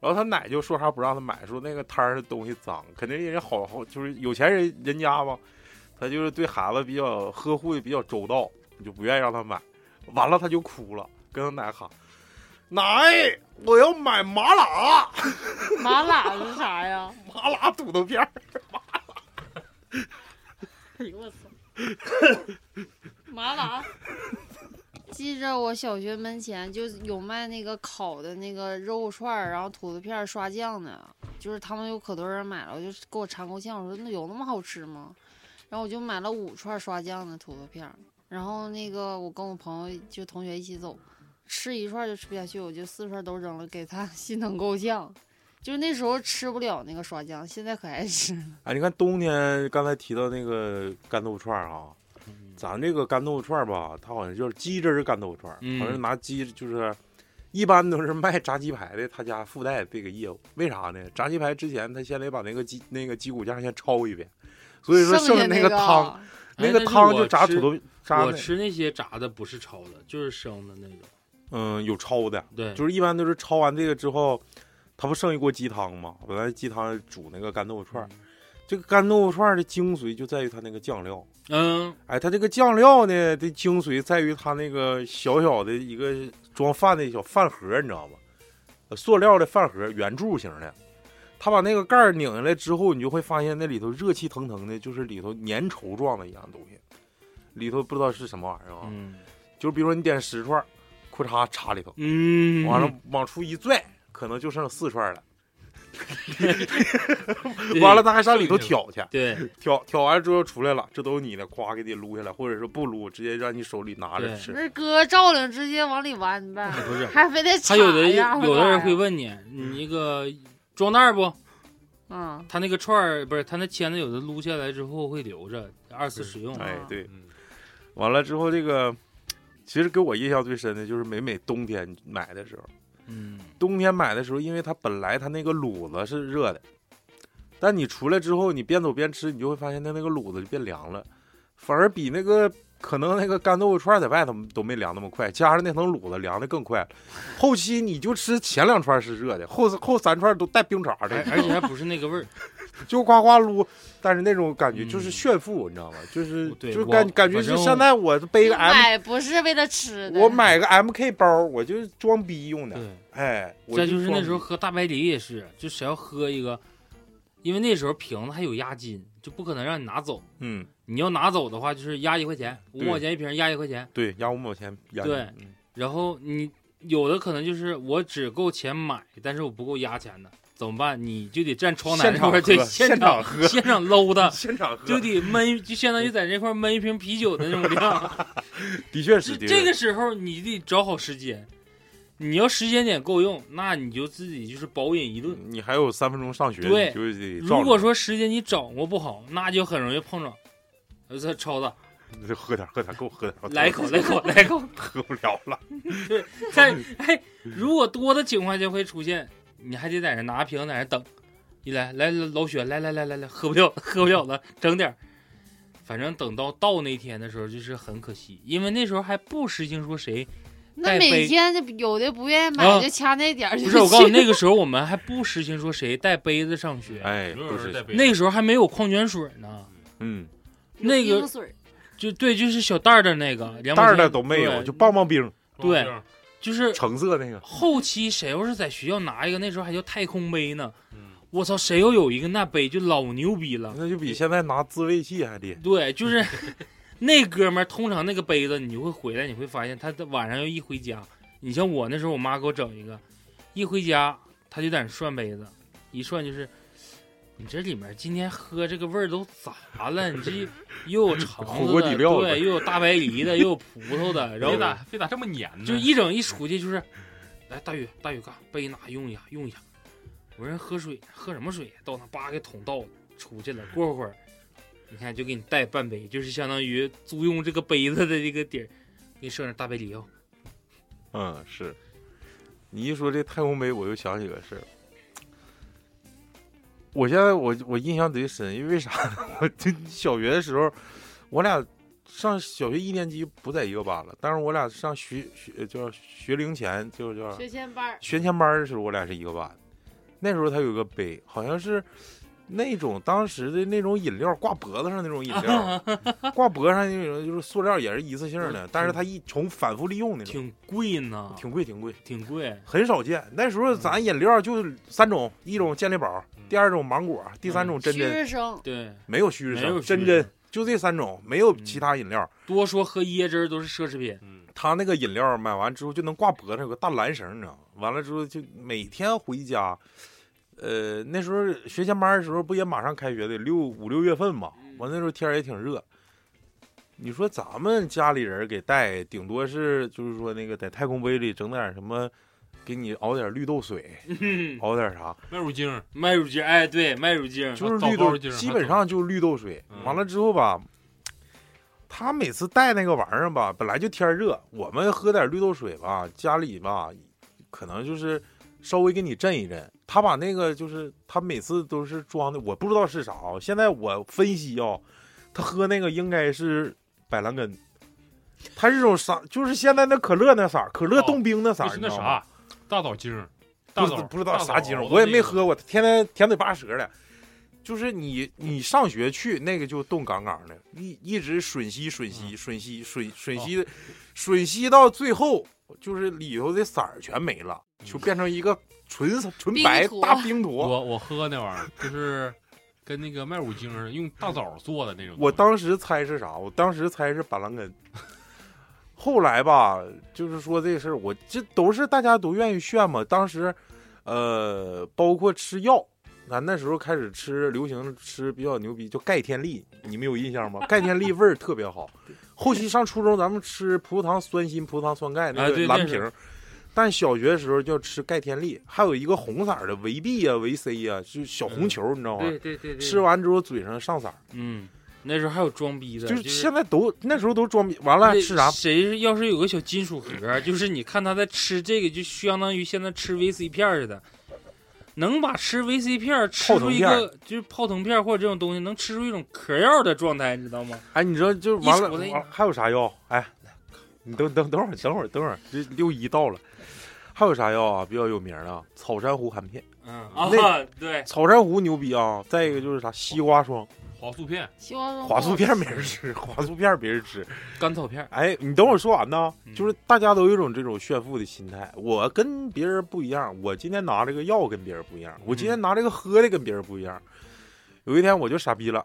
然后他奶就说啥不让他买，说那个摊儿的东西脏，肯定人家好好就是有钱人人家嘛，他就是对孩子比较呵护的比较周到，就不愿意让他买。完了他就哭了，跟他奶喊：“奶，我要买麻辣
麻辣是啥呀？
麻辣土豆片儿。”
哎呦我 操！麻辣。啊 记着我小学门前就有卖那个烤的那个肉串儿，然后土豆片儿刷酱的，就是他们有可多人买了，我就给我馋够呛，我说那有那么好吃吗？然后我就买了五串刷酱的土豆片儿，然后那个我跟我朋友就同学一起走，吃一串就吃不下去，我就四串都扔了，给他 心疼够呛。就是那时候吃不了那个刷酱，现在可爱吃了。
哎，你看冬天刚才提到那个干豆腐串儿啊，
嗯
咱这个干豆腐串儿吧，它好像就是鸡汁儿干豆腐串儿，
嗯
好像拿鸡就是，一般都是卖炸鸡排的，他家附带这个业务，为啥呢？炸鸡排之前他先得把那个鸡那个鸡骨架先焯一遍，所以说
剩
剩
下
那个汤，
哎
那个
但是
汤
我
就炸
吃
土豆渣
我
的，
吃那些炸的不是焯的，就是生的那种。
嗯，有焯的，
对，
就是一般都是焯完这个之后，它不剩一锅鸡汤吗？本来鸡汤煮那个干豆腐串儿，
嗯
这个干豆腐串儿的精髓就在于它那个酱料。
嗯，
哎，它这个酱料呢的精髓在于它那个小小的一个装饭的小饭盒，你知道吗？呃塑料的饭盒，圆柱形的。它把那个盖儿拧下来之后，你就会发现那里头热气腾腾的，就是里头粘稠状的一样东西，里头不知道是什么玩意儿啊。
嗯
就是比如说你点十串儿，裤衩插里头，
嗯，
完了往出一拽，可能就剩四串儿了。
对
完了，他还上里头挑去，
对
挑挑完之后出来了，这都是你的，夸给你撸下来，或者说不撸，直接让你手里拿着
对
吃。
那哥照领直接往里弯呗，
不是
还非得插
还有的
呀
有的人会，
我
问你，你那个装袋儿不？
的妈呀
他那个串儿不是他那签子，有的撸下来之后会留着，二次使用。
哎
啊，
对，
嗯，
完了之后这个，其实给我印象最深的就是每每冬天买的时候，
嗯，
冬天买的时候，因为它本来它那个卤子是热的，但你出来之后，你边走边吃，你就会发现它那个卤子就变凉了，反而比那个可能那个干豆腐串在外头都没凉那么快，加上那层卤子凉的更快。后期你就吃前两串是热的，后后三串都带冰碴儿
而
的，
而且还不是那个味儿。
就呱呱撸。但是那种感觉
嗯
就是炫富，你知道吗？就是
对
就是
我
感感觉
反
是
正
现在我背
就
个 M，
买不是为了吃的，
我买个 MK 包，我就是装逼用的。
对，
哎，我
再就是
装
那时候
逼
喝大白梨也是，就谁要喝一个，因为那时候瓶子还有押金，就不可能让你拿走。
嗯。
你要拿走的话，就是压一块钱，五
对
毛钱一瓶，压一块钱。
对，压五毛钱，压
对
你，嗯
然后你有的可能就是我只够钱买，但是我不够压钱的，怎么办？你就得站窗台
现
那
场
块儿，对，
喝
现
现场
场
喝，
现场搂的
现场喝
啊就得闷，就相当于在那块儿闷一瓶啤酒的那种量。
的确
这
是的
这个时候你得找好时间，你要时间点够用，那你就自己就是饱饮一顿。
嗯你还有三分钟上学，
对
你就得照
如果
着
说时间你掌握不好，那就很容易碰撞。呃，这超子，
你就喝点儿喝点儿，给我喝点儿，我
来一口，来一口，来一 口。
喝不了了。
但哎，如果多的情况下会出现，你还得在那拿瓶在那等。一来来来老雪，来来来来来，喝不了，喝不了了，整点儿。反正等到到那天的时候，就是很可惜，因为那时候还不实行说谁
那
带
每
杯
天就有的不愿意买
啊
就掐那点儿就
不
去。
是我告诉你，那个时候我们还不实行说谁带杯子上学，
哎，
没有
不
人带
是，
杯
那个时候还没有矿泉水呢，
嗯，
有
那个
冰水儿
就对，就是小袋儿的那个，
嗯
两
袋
毛
儿
钱
的都没有，
对
就棒棒冰，
对
装
就是
橙色那个，
后期谁要是在学校拿一个，那时候还叫太空杯呢，
这
嗯
样
我操，谁要有一个那杯就老牛逼了。
那就比现在拿自慰器还厉害。
对，就是那哥们儿，通常那个杯子，你就会回来，你会发现他在晚上要一回家，你像我那时候，我妈给我整一个，一回家他就在那涮杯子，一涮就是，你这里面今天喝这个味儿都咋了？你这又有橙
火
子
锅
的，
底料
对，
呗
又有大白梨的，又有葡萄的，
然
然
后
后
非咋非咋这么黏
嗯
呢？
就一整一出去就是，来大宇大宇干杯拿用一下用一下，我说喝水喝什么水？到那叭给桶倒了出去了，过会儿你看就给你带半杯，就是相当于租用这个杯子的这个底儿，给你剩点大白梨啊、
嗯，是。你一说这太空杯，我又想起个事儿。我现在我我印象贼深，因为啥呢？ 我这小学的时候，我俩上小学一年级不在一个班了，但是我俩上学学叫学龄前，就
啊
叫
学前班儿
学前班的时候，我俩是一个班。那时候他有个杯，好像是那种当时的那种饮料，挂脖子上那种饮料，挂脖子上那种就是塑料，也是一次性的，但是它一重反复利用那种，
挺贵呢，
挺贵挺贵。
挺贵。
很少见。那时
嗯
候咱饮料就三种，一种健力宝，
嗯
第二种芒果，第三种真
旭
真，
日升，
对，
没有旭日
嗯没有
升，
旭日
真
升
真就这三种，没有
嗯
其他饮料。
多说喝椰汁儿都是奢侈品。
嗯，
他那个饮料买完之后就能挂脖子上有个大蓝绳，你知道吗？完了之后就每天回家，呃，那时候学前班的时候不也马上开学得六五六月份嘛，
嗯
完那时候天儿也挺热。你说咱们家里人给带，顶多是就是说那个在太空杯里整点什么，给你熬点绿豆 水，熬点啥，
麦乳精，
麦乳精，哎，对，麦乳精，
就是
啊
绿
枣糕
豆，
儿劲儿
基
还
本
枣
上就是绿豆水。
嗯
完了之后吧，他每次带那个玩意儿吧，本来就天儿热，我们喝点绿豆水吧，家里吧，可能就是稍微给你震一震。他把哦那个就是他每次都是装的，我不知道是啥啊。现在我分析啊，他喝那个应该是百兰根，它是种啥？就是现在那可乐那色儿，可乐
哦
冻冰那色
那
儿，
是
你
那
知道吗？
啥大枣精儿，大
不
枣
知不知道
大
啥
枣
精儿，
熬的
我也
那
没
个
喝过，天天甜嘴巴舌的。就是你你上学去那个就冻杠杠的，一一直吮吸吮吸吮吸吮吮吸，吮吸到最后就是里头的色儿全没了，就变成一个纯纯
冰
白
坨
大冰 坨。
我我喝那玩意儿就是跟那个麦乳精儿用大枣做的那种东西。
我当时猜是啥？我当时猜是板蓝根。 后来吧，就是说这事儿，我这都是大家都愿意炫嘛。当时，呃，包括吃药，咱那时候开始吃，流行吃比较牛逼，叫钙天利，你们有印象吗？ 钙天利味儿特别好。后期上初中，咱们吃葡萄糖酸锌、葡萄糖酸钙那
哎
个
对
蓝
那
瓶
是
儿，但小学的时候就吃钙天利，还有一个红色儿的维 B 呀、维 C 呀、就小红球，你知道吗？
嗯对对对对，
吃完之后嘴上上色儿。
嗯，那时候还有装逼的，
就
就是是
现在都那时候都装逼，完了
那
吃啥？
谁是要是有个小金 属盒，就是你看他在吃这个，就相当于现在吃 VC 片儿似的，能把吃 VC 片儿吃
泡
出
腾
一
片儿
个就是泡腾片儿或者这种东西，能吃出一种嗑药的状态，你知道吗？
哎，你知道就完了，
一瞅那
完了还有啥药？哎，你等等等会儿，等会儿，等会儿，这六一到了，还有啥药啊？比较有名儿的啊草珊瑚含片，
嗯
那
啊， 对，
草珊瑚牛逼啊！再一个就是啥西瓜霜，
华素片，
西瓜霜
华素片没人吃，华素片没人吃。
甘草片儿，
哎，你等我说完呢，
嗯
就是大家都有一种这种炫富的心态。我跟别人不一样，我今天拿这个药跟别人不一样，我今天拿这个喝的跟别人不一样。有一天我就傻逼了，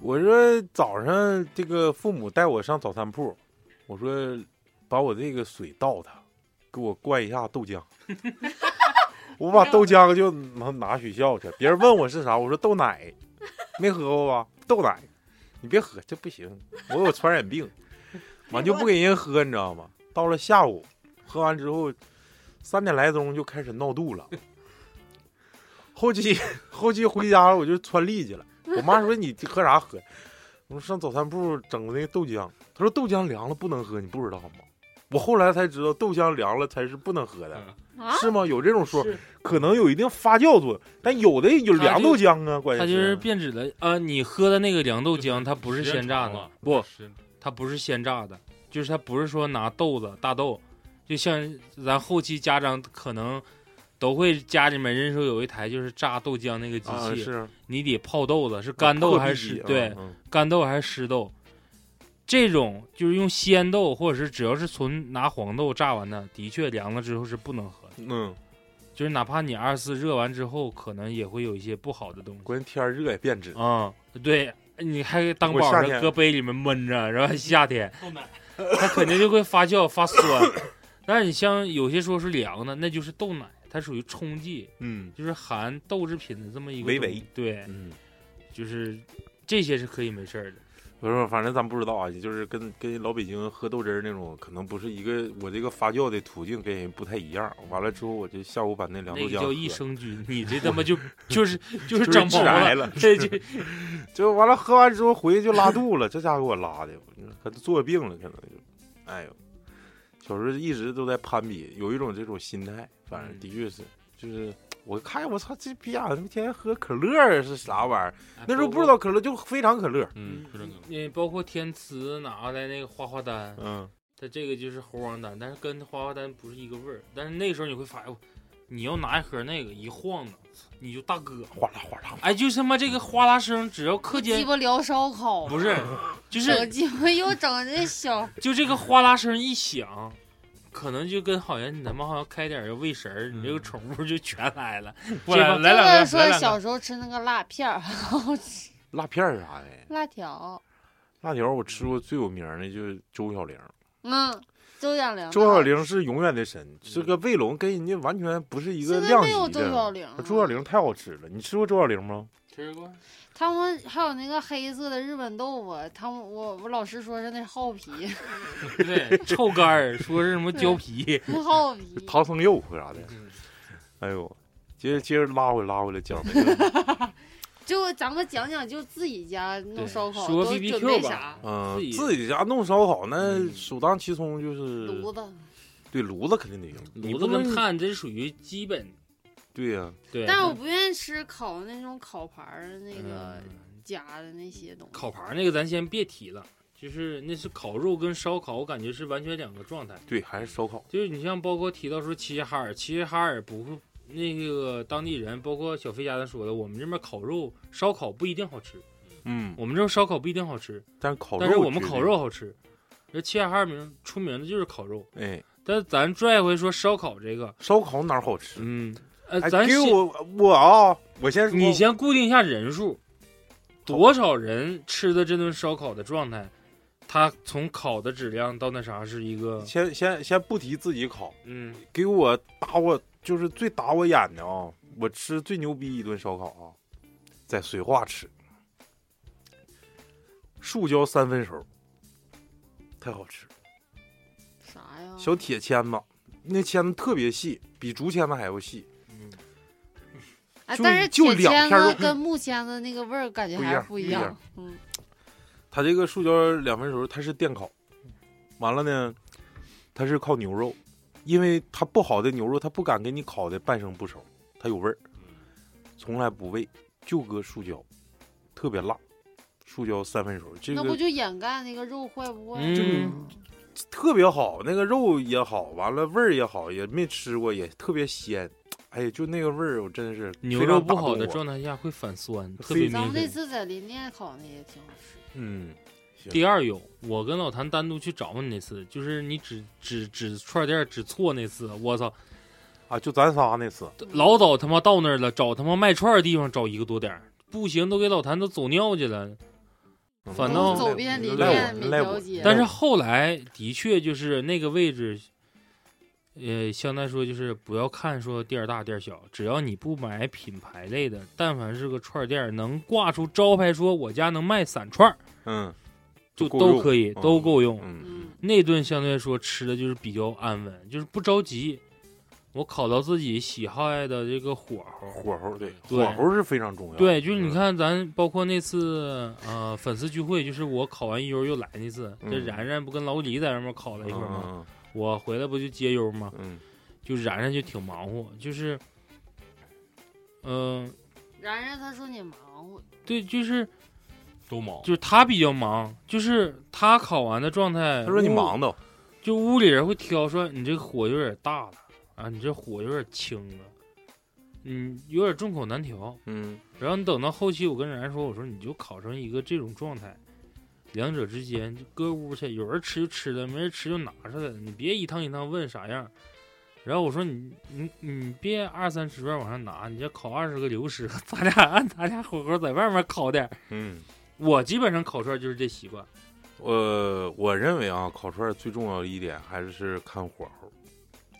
我说早上这个父母带我上早餐铺，我说把我这个水倒它，给我灌一下豆浆。我把豆浆就拿拿学校去，别人问我是啥，我说豆奶，没喝过吧？豆奶，你别喝，这不行，我有传染 病。完就不给人喝，你知道吗？到了下午，喝完之后，三点来钟就开始闹肚 了。后期后期回家了，我就窜痢去了。我妈说你喝啥喝？我说上早餐铺整的那豆浆。她说豆浆凉了不能喝，你不知道吗？我后来才知道豆浆凉了才是不能喝的，
啊，
是吗？有这种说，可能有一定发酵作用，但有的有
它
凉
就
豆浆啊，关
它
键
就是变质了啊！你喝的那个凉豆浆，它不是
时间
鲜榨
长
的
了，
不，
时间
它不是鲜榨的，就是它不是说拿豆子大豆，就像咱后期家长可能都会家里面人手有一台就是榨豆浆那个机
啊
器，
是
你得泡豆子，是干豆还
破
是
壁机
对
嗯嗯
干豆还是湿豆？这种就是用鲜豆，或者是只要是纯拿黄豆榨完的，的确凉了之后是不能喝的。
嗯，
就是哪怕你二四热完之后，可能也会有一些不好的东西。
关键天儿热也变质。
啊、对，你还当
我
宝
夏
儿
天
搁杯里面闷着，然后 夏天
豆奶
它肯定就会发酵发酸。但是你像有些说是凉的，那就是豆奶，它属于冲剂，
嗯
就是含豆制品的这么一个
维
东
维
西。对，
嗯。
就是这些是可以没事儿的。
不是，反正咱不知道啊，也就是跟跟老北京喝豆汁儿那种，可能不是一个我这个发酵的途径跟人不太一样。完了之后，我就下午把那凉豆
那个
浆
叫
喝
益生 菌，你这他妈就 就是就
就
是
是
长
致
毛
癌
了，
了，
这就
就完了。喝完之后回去就拉肚了，这家给我拉的，我可能做病了，可能就，哎呦，小时候一直都在攀比，有一种这种心态，反正
嗯
的确是，就是我看我操这逼啊，他妈天天喝可乐儿是啥玩意
啊
儿？那时候不知，道可乐，就非常可乐，
嗯，非常可能
嗯，包括天慈拿来那个花花丹，
嗯，
它这个就是猴王丹，但是跟花花丹不是一个味儿。但是那时候你会发现，你要拿一盒那个一晃呢，你就大哥，
哗啦哗啦，
哎，就他妈这个哗啦声，只要课
鸡
间
巴呃聊烧烤，
不 是，就是
整鸡巴又整那小，
就这个哗啦声一响，可能就跟好像你他妈好像开点儿喂食儿，你这个宠物就全 来了。
不来
这
来
就
两个
跟，说
来两个
小时候吃那个辣片儿，
辣片儿啥的。
辣条，
辣条我吃过最有名儿的就是周小玲，
嗯，周小玲，
周小，
嗯
玲是永远的神。这个卫龙跟人家完全不是一个
现在
量
没有
级
周小
的。
玲了，
周小玲太好吃了，你吃过周小玲吗？
吃过，
他们还有那个黑色的日本豆腐，他们我我老师说是那是耗皮，
对，臭干儿，说是什么胶皮，
耗皮。
唐僧肉啥的
嗯。
哎呦，接着接着拉回拉回来讲这 个，
就咱们讲讲，就自己家弄
对
烧烤
说
都
BBQ
准备
吧
啥？
嗯，
自己
自己家弄烧烤那
嗯
首当其冲就是
炉子，
对炉子肯定得用，你
炉
不
子跟
能
炭这是属于基本。
对呀，
对，
但是我不愿意吃烤那种烤盘儿那个
嗯
夹的那些东西。
烤盘那个咱先别提了，就是那是烤肉跟烧烤，我感觉是完全两个状态。
对，还是烧烤。
就是你像包括提到说齐齐哈尔，齐齐哈尔不会那个当地人，包括小飞家他说的，我们这边烤肉烧烤不一定好吃，
嗯，
我们这边烧烤不一定好吃，
但是烤肉，
但是我们烤肉，好吃。这齐齐哈尔名出名的就是烤肉，
哎，
但咱拽回说烧烤这个，
烧烤哪儿好吃？
嗯，呃，
哎，
咱
给
先
我我啊，我先说，
你先固定一下人数，多少人吃的这顿烧烤的状态，它从烤的质量到那啥是一个，
先先先不提自己烤，
嗯，
给我打我就是最打我眼的啊！我吃最牛逼一顿烧烤啊，在绥化吃，树椒三分熟，太好吃。
啥呀？
小铁签子，那签子特别细，比竹签子还要细。
哎，
就
但是
就
铁
两
签
片肉
子跟木签子那个味儿感觉
不一
还是
样
不一
不一
样
样。
嗯，
它这个树椒两分熟，它是电烤，完了呢，它是靠牛肉，因为它不好的牛肉，它不敢给你烤的半生不熟，它有味儿，从来不喂，就搁树椒，特别辣，树椒三分熟，这
那不
个
就掩盖那个肉坏不坏？
嗯，
特别好，那个肉也好，完了味儿也好，也没吃过，也特别鲜，哎呀，就那个味儿，我真的是
牛
非常
肉不
打
好
动
的
我
状态下会反酸，特别
咱
明
们那
显。
次在林甸烤那也挺好吃。
嗯，
第二有，我跟老谭单独去找问那次，就是你指指指串店指错那次，我操，
啊，就咱仨那次，
老早他妈到那儿了，找他妈卖串的地方找一个多点儿，不行都给老谭都走尿去了。
嗯
反倒
走遍林
赖我
甸没
赖我
了解
但
哦
是后来的确就是那个位置，呃，相当于说就是不要看说店儿大店儿小，只要你不买品牌类的，但凡是个串儿店儿，能挂出招牌说我家能卖散串儿，
嗯
就
够
都
用
可以，
嗯
都够用。
嗯。
嗯，
那顿相对来说吃的就是比较安稳，就是不着急，我烤到自己喜爱的这个火候。
火候对，
对
火候是非常重要的。
对，就是你
嗯，
看，咱包括那次呃粉丝聚会，就是我烤完悠悠又来那次，这
嗯
然然不跟老李在那边烤了一会儿吗？
嗯
我回来不就接悠吗？
嗯
就然然就挺忙活，就是，嗯、
然然他说你忙活，
对，就是
都忙。
就是他比较忙，就是他烤完的状态，
他说你
屋
忙的，
就屋里人会挑说你这个火有点大了啊，你这火有点轻了，嗯，有点众口难调。
嗯，
然后你等到后期，我跟然然说，我说你就烤成一个这种状态，两者之间就搁屋去，有人吃就吃了，没人吃就拿出来了，你别一趟一趟问啥样。然后我说你你你别二三十瓣往上拿，你这烤二十个留十个，咱俩按咱俩火候在外面烤点儿。
嗯，
我基本上烤串就是这习惯，
呃，我认为啊，烤串最重要的一点还是看火候，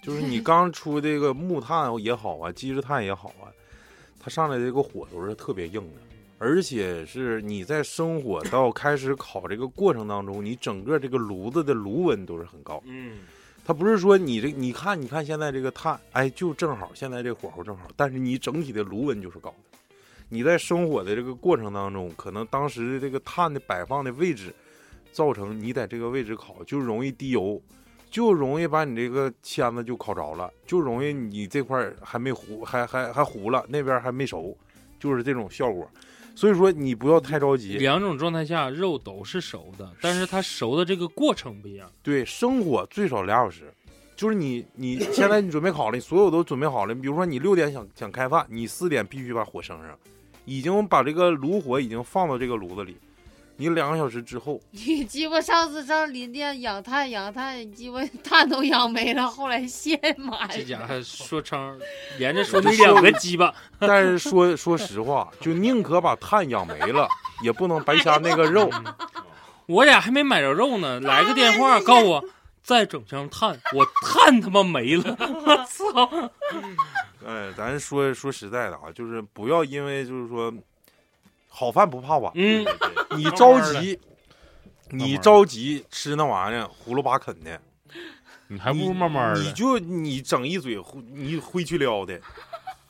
就是你刚 出这个木炭也好啊，鸡翅炭也好啊，它上来这个火候是特别硬的，而且是你在生火到开始烤这个过程当中，你整个这个炉子的炉温都是很高的。
嗯，
它不是说你这，你看，你看现在这个碳，哎，就正好，现在这火候正好，但是你整体的炉温就是高的。你在生火的这个过程当中，可能当时的这个碳的摆放的位置，造成你在这个位置烤就容易滴油，就容易把你这个签子就烤着了，就容易你这块儿还没糊，还还还糊了，那边还没熟，就是这种效果。所以说你不要太着急，
两种状态下肉都是熟的，但是它熟的这个过程不一样。
对，生火最少俩小时，就是你你现在你准备好了，你所有都准备好了。比如说你六点想想开饭，你四点必须把火升上，已经把这个炉火已经放到这个炉子里，你两个小时之后，
你鸡巴上次上林甸养炭养炭，你鸡巴 炭都养没了，后来现 买
这
的。
家伙说成连着说你两个鸡巴，
但是说说实话，就宁可把炭养没了，也不能白瞎那个 肉。
我俩还没买着 肉呢，来个电
哎
话告我再整箱炭，我炭他妈没了， 我操！
哎，咱说说实在的啊，就是不要因为就是说，好饭不怕晚，
嗯，
你
慢
着
慢
急，
儿来慢慢
你
儿来
着急吃那玩意儿葫芦巴啃的。
你还不如慢慢
你
的，
就你整一嘴，灰你灰去撩的，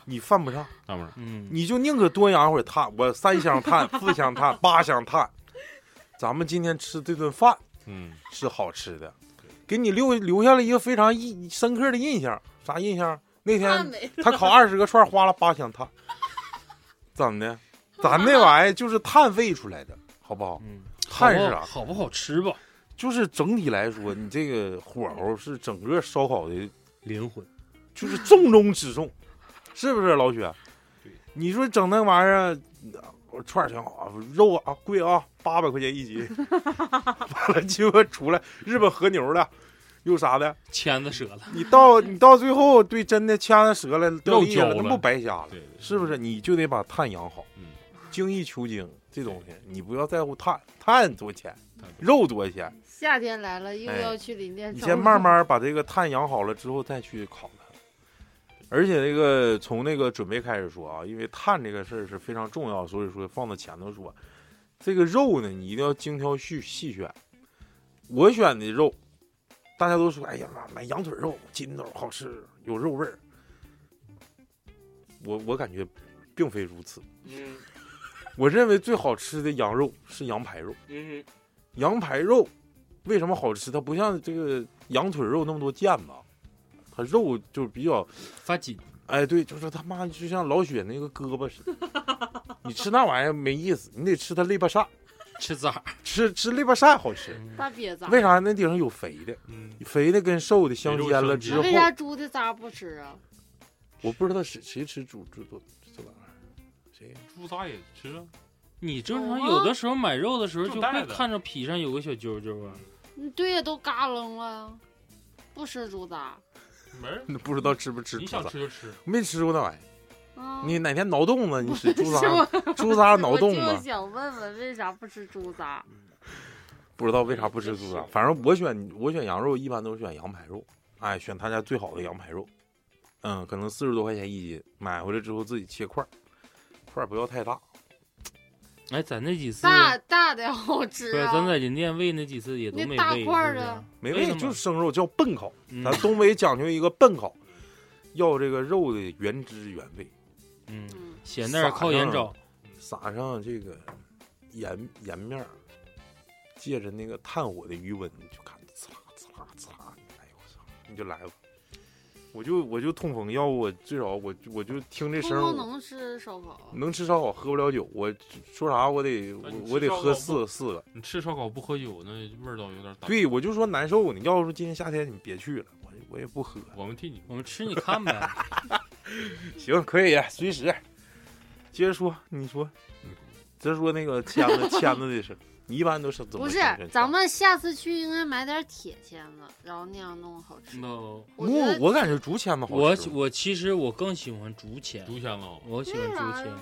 你犯不上，
慢慢儿
嗯，
你就宁可多养会儿炭，我三箱炭、四箱炭、八箱炭，咱们今天吃这顿饭
嗯，
是好吃的，给你留留下了一个非常印深刻的印象，啥印象？那
炭
天
没了，
他烤二十个串儿，花了八箱炭，怎么的？咱那玩意儿就是碳喂出来的，好不好？
嗯，
碳是
好不好
啥？
好不好吃吧？
就是整体来说，你这个火候是整个烧烤的，
灵魂，
就是重中之重，是不是老许
对？
你说整那玩意儿，我串儿挺好，肉啊贵啊，八百块钱一斤，完了结果出来日本和牛的，又啥的，
签子折了，
你到你到最后，对，真的掐着折了，掉地下
肉焦
那
了
不白瞎了？
对对，
是不是？你就得把碳养好，
嗯，
精益求精这东西，你不要在乎碳，碳多钱，
太对
肉多钱，
夏天来了，又
哎
要去林甸
你
烧
先
肉
慢慢把这个碳养好了之后再去烤它。而且那个从那个准备开始说啊，因为碳这个事儿是非常重要，所以说放到前头说。这个肉呢，你一定要精挑细细选。我选的肉，大家都说，哎呀妈，买羊腿肉筋道好吃，有肉味儿。我我感觉并非如此。
嗯
我认为最好吃的羊肉是羊排肉。
嗯，
羊排肉为什么好吃？它不像这个羊腿肉那么多腱子，它肉就是比较，
发紧，
哎，对，就是他妈就像老雪那个胳膊似的。你吃那玩意儿没意思，你得吃它肋巴扇，
吃咋？
吃吃肋巴扇好吃。
大瘪杂。
为啥那顶上有肥的？
嗯，
肥的跟瘦的相
肥肉
煎了
相
之
间
那
后，
为啥猪的渣不吃啊？
我不知道谁谁吃猪猪肚这玩意儿， 谁
猪杂也吃啊，
你正
哦
常有的时候买肉的时候
就
就
带
会
着
看着皮上有个小揪揪啊，
嗯对呀，都嘎楞了，不吃猪杂。
没人，
不知道吃不吃
你
猪
想
杂
吃，就吃，
没吃过那玩意儿。
啊
你哪天挠洞子，你吃猪
是
杂
我
猪杂挠
我
洞
就
子，
想问问，为啥不吃猪杂？
不知道为啥不吃猪杂。反正我选我选羊肉，一般都是选羊排肉，哎，选他家最好的羊排肉，嗯，可能四十多块钱一斤，买回来之后自己切块儿，块儿不要太大。
哎，咱那几次，
大大的好
不
吃
是
啊！
咱在林甸喂那几次也都
那
没
大
喂，
块儿
是不是
的
没
为
味
什么
就是生肉叫笨烤，
嗯
咱东北讲究一个笨烤，要这个肉的原汁原味，
嗯，
嗯，
咸蛋儿靠眼找，
撒上这个盐盐面儿，借着那个炭火的余温，你就看呲啦呲啦呲啦，哎呦我操，你就来吧，我就我就痛风，要不我至少我就我就听这嗯
不
声儿，
光
我
能吃烧烤，啊
能吃烧烤喝不了酒，我说啥我得我
那你吃
我得
烧烤
喝
不
四个四个，
你吃烧烤不喝酒，那味道有点大。
对我就说难受呢，啊要是今天夏天你别去了，我我也不喝，
我们替你，
我们吃你看呗。
行可以啊随时，接着说你说，接着说那个签子签子的事儿，你一般都是怎么
不是
选选？
咱们下次去应该买点铁签子，然后那样弄好吃。
no，
我觉得
我我感觉竹签子好
我
吃。
我其实我更喜欢竹签，
竹签子好，
我喜欢
为
竹
啥
签，
呀？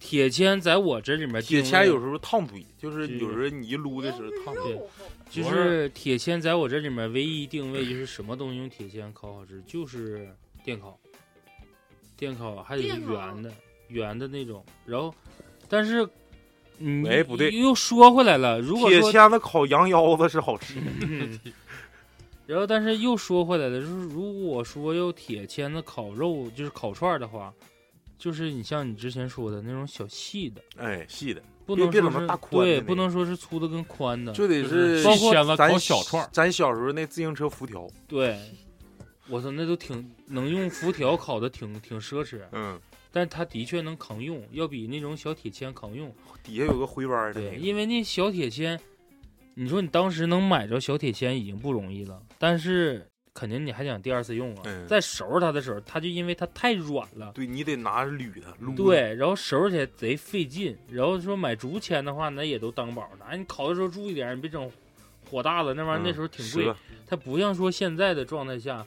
铁签在我这里面
铁
定
签
位
有时候烫不一，就是
对
有时候你一撸的时候烫不一。
对就是铁签在我这里面唯一定位就是什么东西用铁签烤好吃，就是电烤，电烤还得是
电烤
圆的圆的那种，然后但是。嗯，
哎不对
又又说回来了。如果
铁
说嗯
签子烤羊腰子是好吃，
然后，但是又说回来了，就是如果说要铁签子烤肉，就是烤串儿的话，就是你像你之前说的那种小细的，
哎，细的
不
别
能
别
说
整那
是
大宽的
对，
那
不能说是粗的跟宽的，
就得
就是
是
包
细
括
签子
咱
烤小串儿，
咱小时候那自行车辐条，
对。我操，那都挺能用辐条烤的挺，挺奢侈，
嗯，
但它的确能扛用，要比那种小铁签扛用。
底下有个回弯的
对，
那个，
因为那小铁签，你说你当时能买着小铁签已经不容易了，但是肯定你还想第二次用啊。
嗯
在收拾它的时候，它就因为它太软了，
对你得拿着捋它撸。，
对，然后收拾起来贼费劲。然后说买竹签的话，那也都当宝的。哎，你烤的时候注意点儿，你别整火大了，那玩
嗯
意儿那时候挺贵。
折
它不像说现在的状态下，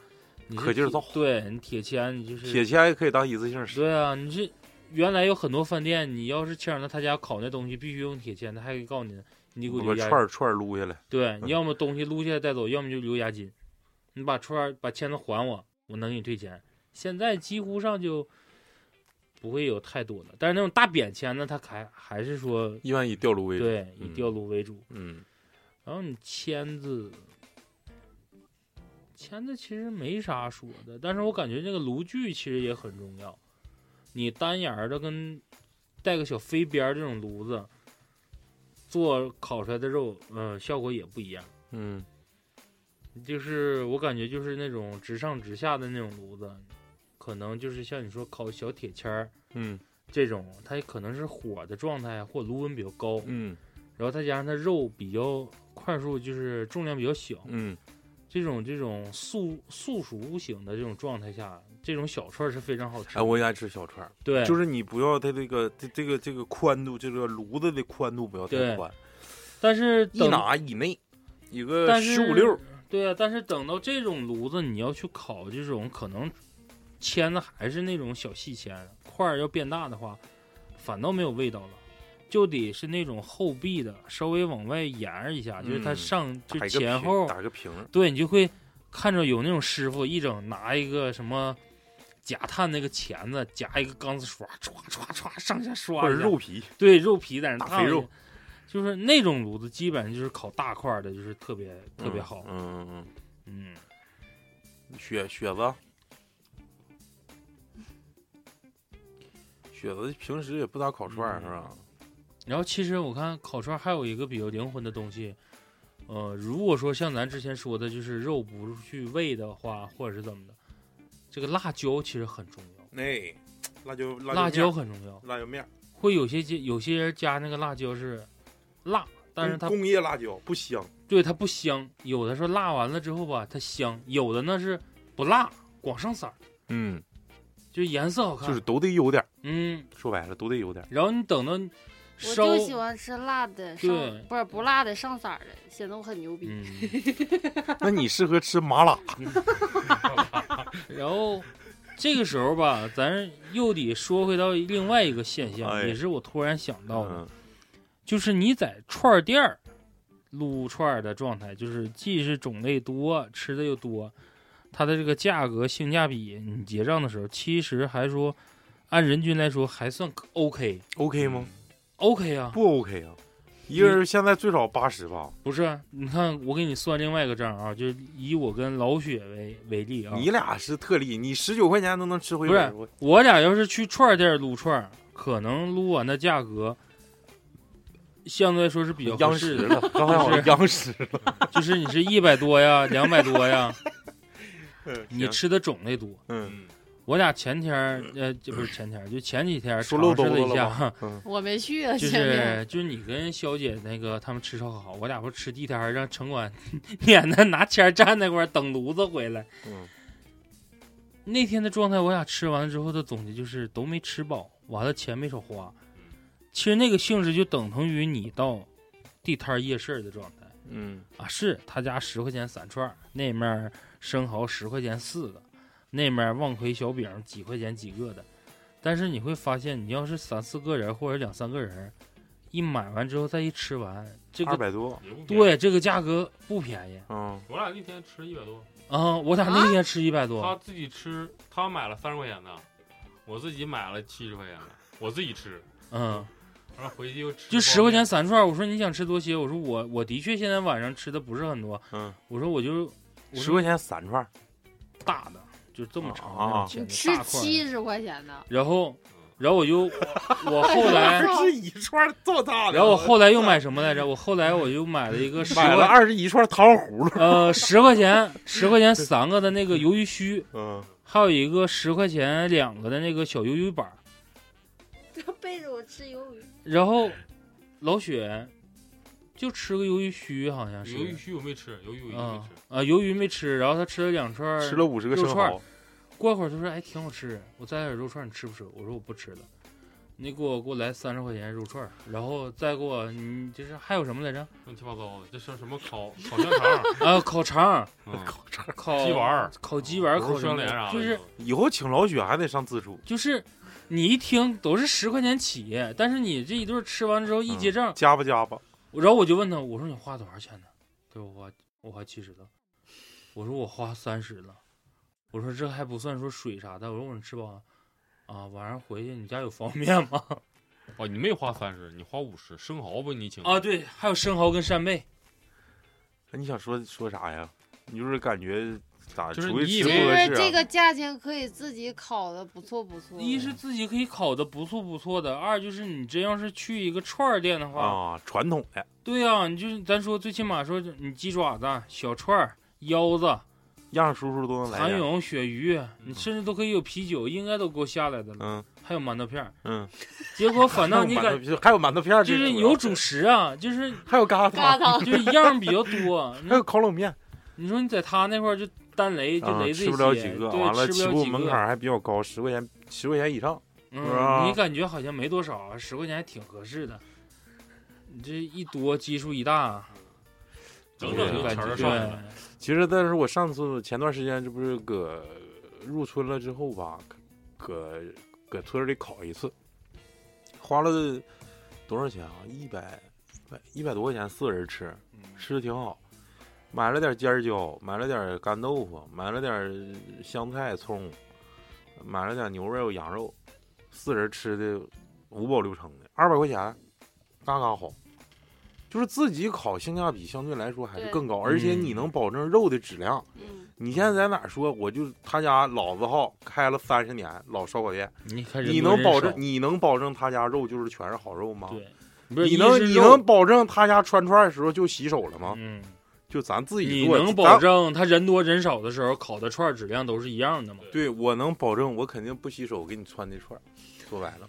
你是
可劲儿
铁
造
对你铁签，你就
铁
是
签可以当一次性使，
对啊，你是原来有很多饭店，你要是去让他他家烤那东西，必须用铁签，他还告你，你得给我
把
留押
串。儿串儿撸下来。
对，你要么东西撸下来带走，要么就留押金。你把串儿把签子还我，我能给你退钱。现在几乎上就不会有太多了，但是那种大扁签呢，它还还是说
一般以吊炉为主，
对以
嗯
吊炉为主。
嗯，
然后你签子，签子其实没啥说的，但是我感觉这个炉具其实也很重要。你单沿儿的跟带个小飞边儿这种炉子，做烤出来的肉，嗯，效果也不一样。
嗯，
就是我感觉就是那种直上直下的那种炉子，可能就是像你说烤小铁签儿，
嗯，
这种，它可能是火的状态啊或炉温比较高，
嗯
然后再加上它肉比较快速，就是重量比较小，
嗯
这种这种速速熟型的这种状态下，这种小串儿是非常好吃
哎，
的。
我也爱吃小串儿，
对，
就是你不要它这个这这个这个宽度，这个炉子的宽度不要太
对
宽，
但是
一
等
拿以内，一个
但
呃十
是
五六，
对啊，但是等到这种炉子，你要去烤这种可能签子还是那种小细签，块儿要变大的话，反倒没有味道了。就得是那种厚壁的，稍微往外延儿一下，就是它
嗯
上就
打一个
前
平
后
打个平儿，
对你就会看着有那种师傅一整拿一个什么夹炭那个钳子夹一个钢丝刷，唰唰唰上下刷
或者
一下
肉皮，
对肉皮在那
大
烫
肥
一下
肉，
就是那种炉子基本上就是烤大块儿的，就是特别特别
嗯
好，
嗯嗯
嗯，
嗯，雪雪子。 雪子平时也不咋烤
嗯
串儿，是吧？
然后其实我看烤串还有一个比较灵魂的东西。呃，如果说像咱之前说的，就是肉不去味的话，或者是怎么的，这个辣椒其实很重要，
那辣椒
辣椒
椒面
很重要
儿。辣椒面儿，
会有些家有些人加那个辣椒是辣，但是它
工业辣椒不香，
对它不香。有的说辣完了之后吧，它香；有的呢是不辣，光上色儿，
嗯，
就是颜色好看。
就是都得有点儿，
嗯，
说白了都得有点儿。
然后你等到
我
烧，
就喜欢吃辣的，上
对
不是不辣的上色儿的，显得我很牛逼。
嗯，
那你适合吃麻辣，
然后这个时候吧，咱又得说回到另外一个现象，
哎
也是我突然想到的，
嗯
就是你在串儿店儿撸串儿的状态，就是既是种类多，吃的又多，它的这个价格性价比，你结账的时候其实还说按人均来说还算 OK。
，OK 吗？
OK 啊，
不 OK 啊，一个人现在最少八十吧。
不是，啊你看我给你算另外一个账啊，就是以我跟老雪为为例啊，
你俩是特例，你十九块钱都能吃回
不是
本儿
我俩要是去串儿店儿撸串儿，可能撸完的价格相对来说是比较合
央
适
视
的，
了， 刚才好像
是
央视了。
就是你是一百多呀，两百多呀，
嗯
你
行
吃的种类多。
嗯，
我俩前天儿呃，就不是前天儿，就前几天儿
说
尝
漏
试
兜
了
子
一
了
下
吧，？嗯，
我没去啊，
就
前面
是就是你跟小姐那个他们吃烧烤，我俩不是吃地摊儿，让城管 撵的拿签儿站那块儿等炉子回来。
嗯，
那天的状态，我俩吃完了之后的总结就是都没吃饱，完了钱没少花。其实那个性质就等同于你到地摊儿夜市儿的状态
嗯，
啊，是他家十块钱三串儿，那面儿生蚝十块钱四个，那面儿望奎小饼几块钱几个的。但是你会发现，你要是三四个人或者两三个人，一买完之后再一吃完，这
二
个
百多，
也不便宜，
对这个价格不便宜
嗯，
我俩那天吃一百多，
啊！我俩那天吃一百多，
啊
他自己吃，他买了三十块钱的，我自己买了七十块钱的，我自己吃，
嗯。
然后回去又吃，
就十块钱，三串儿，我说你想吃多些，我说我我的确现在晚上吃的不是很多，
嗯，
我说我就我
十
说
块钱三串儿，
大的，就这么长
啊
那种
你
钱
吃
大块儿的，
七十块钱的，
然后然后我就我后 来，
二十一串儿这么 大的
然后我后来又买什么来着？我后来我又买了一个十
买了
块
二十一串糖葫芦，
呃十块钱十块钱三个的那个鱿鱼须，
嗯，
还有一个十块钱两个的那个小鱿鱼板儿，
他背着我吃鱿鱼，
然后老雪就吃个鱿鱼须，好像是
鱿鱼须我没吃，鱿鱼我一个没
啊
吃，
啊鱿鱼没吃，然后他吃了两串儿，
吃了五十个生
肉串
蚝
儿，过一会儿他说：“哎，挺好吃，我再来点肉串儿，你吃不吃？”我说：“我不吃了。”你给我给我来三十块钱肉串儿，然后再给我你就是还有什么来着？
乱七八糟的，这是什么烤 烤香肠儿
啊，烤肠儿、
嗯，
烤
鸡丸儿，
烤鸡丸儿、
烤
烤
双
什么
连
的
啥的，
就是
以后请老雪还得上自助，
就是你一听都是十块钱起，但是你这一顿吃完之后一结账，
嗯加吧加吧，
我然后我就问他，我说你花多少钱呢？他说我花我花七十了，我说我花三十了，我说这还不算说水啥的，我说我吃饱了啊，晚上回去你家有方便吗？
哦，你没花三十，你花五十，生蚝不你请
啊，，对，还有生蚝跟扇贝，
哎你想说说啥呀？你就是感觉咋
就是
出去
你以
吃不
为
就
合
是
适啊
这个价钱可以自己烤的，不错不错。
一是自己可以烤的不错不错的，二就是你真要是去一个串儿店的话，
啊，传统的
对呀、你就是咱说最起码说你鸡爪子、小串儿、腰子、
样儿叔叔都能来嗯
蚕
点儿，
蛹、鳕鱼，你甚至都可以有啤酒，应该都够下来的了。
嗯，
还有馒头片儿，
嗯，
结果反倒你
还有馒头
感
片还有馒头片儿
就
这个
是
主要，
有主食 啊，就是
还有疙
嘎
瘩，
当
就是样儿比较多。
还
那
有烤冷面，
你说你在他那块儿就单雷嗯就
啊，
雷
吃
这些，
不了几个，
对，
完了
吃
起
不了
步
几
门
个
槛还比较高，十块钱十块钱以上，是吧
嗯，你感觉好像没多少，啊十块钱还挺合适的。你这一多基数一大，
整
整
就
就
感
全
觉
是上来了。
对
其实，但是我上次前段时间，这不是搁入村了之后吧，搁搁村里烤一次，花了多少钱啊？一百一百多块钱，四个人吃，吃的挺好。买了点尖椒，买了点干豆腐，买了点香菜、葱，买了点牛肉、羊肉，四人吃的五饱六撑的，二百块钱，刚刚好。就是自己烤，性价比相对来说还是
对
更高，而且你
嗯
能保证肉的质量。
嗯，
你现在在哪儿说？我就他家老字号开了三十年老烧烤店，
你看人
你
多
能
人
保
少
证你能保证他家肉就是全是好肉吗？
对，不是
你
一
能
是
你
肉
能保证他家穿串的时候就洗手了吗？
嗯，
就咱自己
你
做，
能保
咱？
证他人多人少的时候烤的串儿质量都是一样的吗？
对我能保证，我肯定不洗手给你穿那串儿。说白了，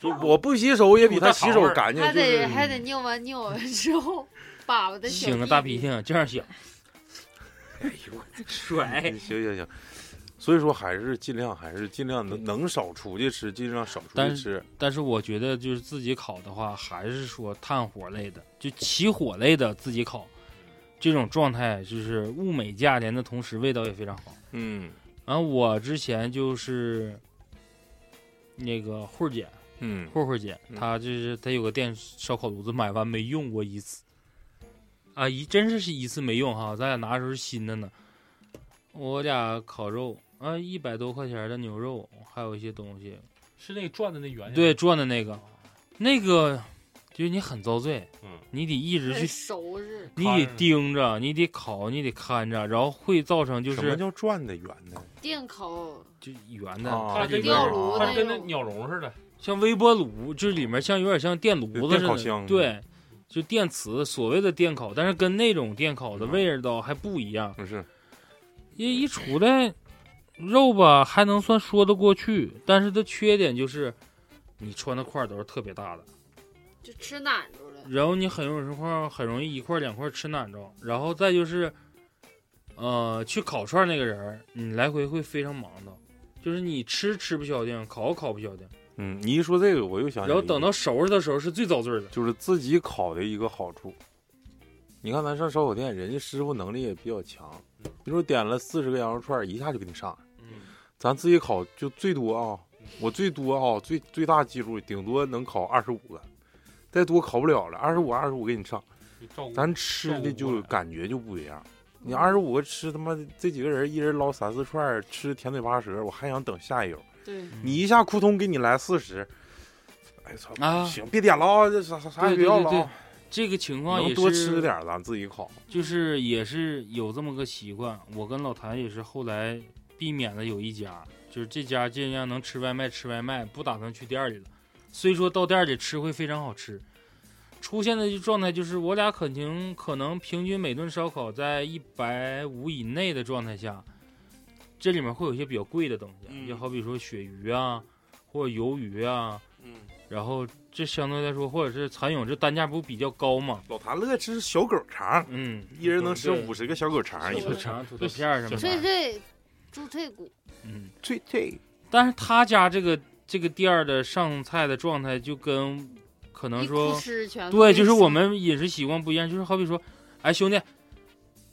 就我不洗手也比他洗手干净
还。
就
得
是
还得拧完拧完之后，粑粑的小
擤个
弟
大
弟
鼻涕，这 样想，
哎
甩
行哎行行。所以说，还是尽量，还是尽量能能少出去吃，尽量少出
但
去
是
吃。
但是我觉得就是自己烤的话，还是说炭火类的，就起火类的自己烤，这种状态就是物美价廉的同时，味道也非常好。
嗯
然后我之前就是那个慧儿姐，
嗯，
慧慧姐，
嗯
她就是她有个电烧烤炉子，买完没用过一次，啊，一真是是一次没用哈，咱俩拿的时候是新的呢。我俩烤肉啊，一百多块钱的牛肉，还有一些东西，
是那个转的那
嗯
圆。
对，，转的那个，那个就是你很遭罪，
嗯，
你得一直
还得
去，
收拾。
你得盯着，你得烤，你得看着，然后会造成就
什么
是
叫转的圆的？
电烤
就圆的，
啊
它
它
跟
就
电烤
有点
炉
它
那
跟那
种
鸟笼似的，
像微波炉，就是里面像有点像电炉子
电
似
烤
的
箱嗯
对，就电磁所谓的电烤，但是跟那种电烤的
嗯
味道还不一样。
不是，
一一出来肉吧，还能算说得过去，但是它缺点就是你穿的块儿都是特别大的，
就吃懒着了，
然后你很容易块儿很容易一块儿两块儿吃难着，然后再就是，呃，去烤串儿那个人儿，你来回会非常忙的。就是你吃吃不消停，烤烤不消停，
嗯，你一说这个，我又想起来一个。
然后等到收拾的时候是最遭罪儿的。
就是自己烤的一个好处。你看咱上烧烤店，人家师傅能力也比较强，比如点了四十个羊肉串儿，一下就给你上来。
嗯，
咱自己烤就最多啊，我最多啊，最最大记录顶多能烤二十五个，再多烤不了了。二十五，二十五给你上，
就照顾。
咱吃的就感觉就不一样。你二十五个吃他妈的这几个人，一人捞三四串儿，吃甜嘴巴舌，我还想等下一游。
对，
你一下扑通给你来四十，哎操！
啊，
行，别点了啊，这啥啥啥也不
对对
要
对
了啊
对。，这个情况也
能
是
多吃点儿，咱自己烤。
就是也是有这么个习惯。我跟老谭也是后来避免了有一家，就是这家尽量能吃外卖吃外卖，不打算去店儿里了。虽说到店儿里吃会非常好吃，出现的状态就是我俩可能可能平均每顿烧烤在一百五以内的状态下，这里面会有一些比较贵的东西，
嗯
就好比说鳕鱼啊，或者鱿鱼啊，
嗯，
然后这相对来说，或者是蚕蛹，这单价不比较高嘛？
老谭乐吃小狗肠，
嗯，
一人能吃
对
五十个小狗肠，
是的
一
小
顿
肠、土豆片儿什么
脆
的。
脆猪脆骨，
嗯，
脆脆。
但是他家这个这个店儿的上菜的状态，就跟可能
一啊
说
哭吃全部
对，
一
就是
起
我们饮食习惯不一样，就是好比说，哎兄弟，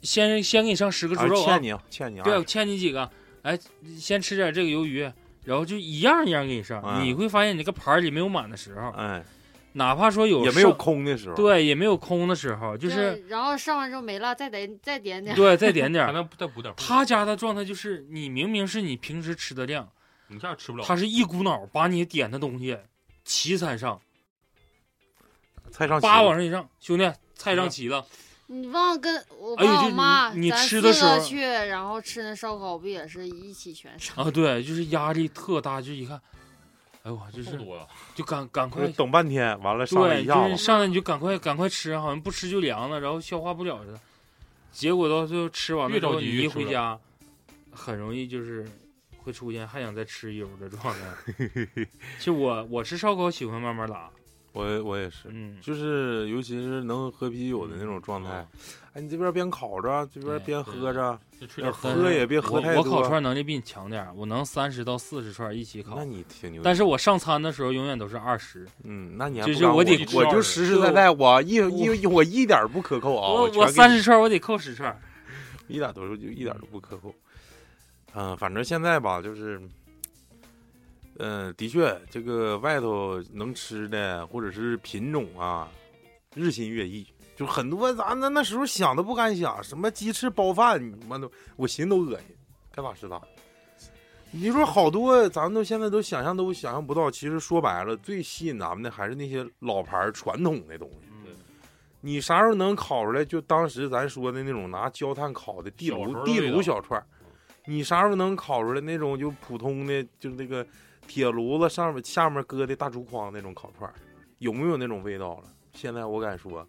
先先给你上十个猪
啊，
肉啊
欠，你啊，欠你啊！
对，我欠你几个，哎，先吃点这个鱿鱼。然后就一样一样给你上，
嗯
你会发现你这个盘儿里没有满的时候，
哎，
哪怕说啊有
也没有
剩
空的时候。，
对，也没有空的时候，就是
对然后上完之后没了，再得再点点。
对，再点点
还
儿。
能再补点儿。
他家的状态就是，你明明是你平时吃的量，
你一下吃不了。
他是一股脑儿把你点的东西齐餐上，
菜上
叭
齐
往上一上，兄弟，菜上齐了。
你忘了跟我
哎呦
爸
就
我妈，
你你
咱
吃
四
的时候
个去，然后吃那烧烤不也是一起全上？
啊，对，就是压力特大，就一看，哎呦我，就
这
是
多啊呀，
就赶赶
就是
快，
等半天，完了上来
对，
一
就
下
是
子，
上来你就赶快赶快吃，好像不吃就凉了，然后消化不了似的。结果到最后吃完了之
越着
后，
急
你
越
一
吃不
回
了
家，很容易就是会出现还想再吃一口的状态。其实我我吃烧烤喜欢慢慢拉，
我我也是，
嗯，
就是尤其是能喝啤酒的那种状态，哎，你这边边烤着，这边边喝着，
就吹点啊
喝
风
对
也别喝
我
太
我
多。
烤串能力比你强点儿，我能三十到四十串一起烤
那，你挺牛，
但是我上餐的时候永远都是二十。
嗯，那你还
就
不
是
敢
我
我我
得
吃
就
二
实实在在，我一一我一点儿不克扣啊，
我
全给
三
你
十串我得扣 十串，
一点多数就一点都不克扣。嗯、反正现在吧，就是，嗯，的确，这个外头能吃的或者是品种啊，日新月异。就很多咱那那时候想都不敢想，什么鸡翅包饭，你妈都我寻思都恶心，该咋是咋。你说好多，咱们都现在都想象都想象不到。其实说白了，最吸引咱们的还是那些老牌儿传统的东西。
嗯
你啥时候能烤出来？就当时咱说的那种拿焦炭烤的地
小时
炉
候
地
的味
炉
道嗯
小串儿，你啥时候能烤出来那种就普通的，就那个铁炉子上面下面搁的大竹筐那种烤串儿，有没有那种味道了？现在我敢说，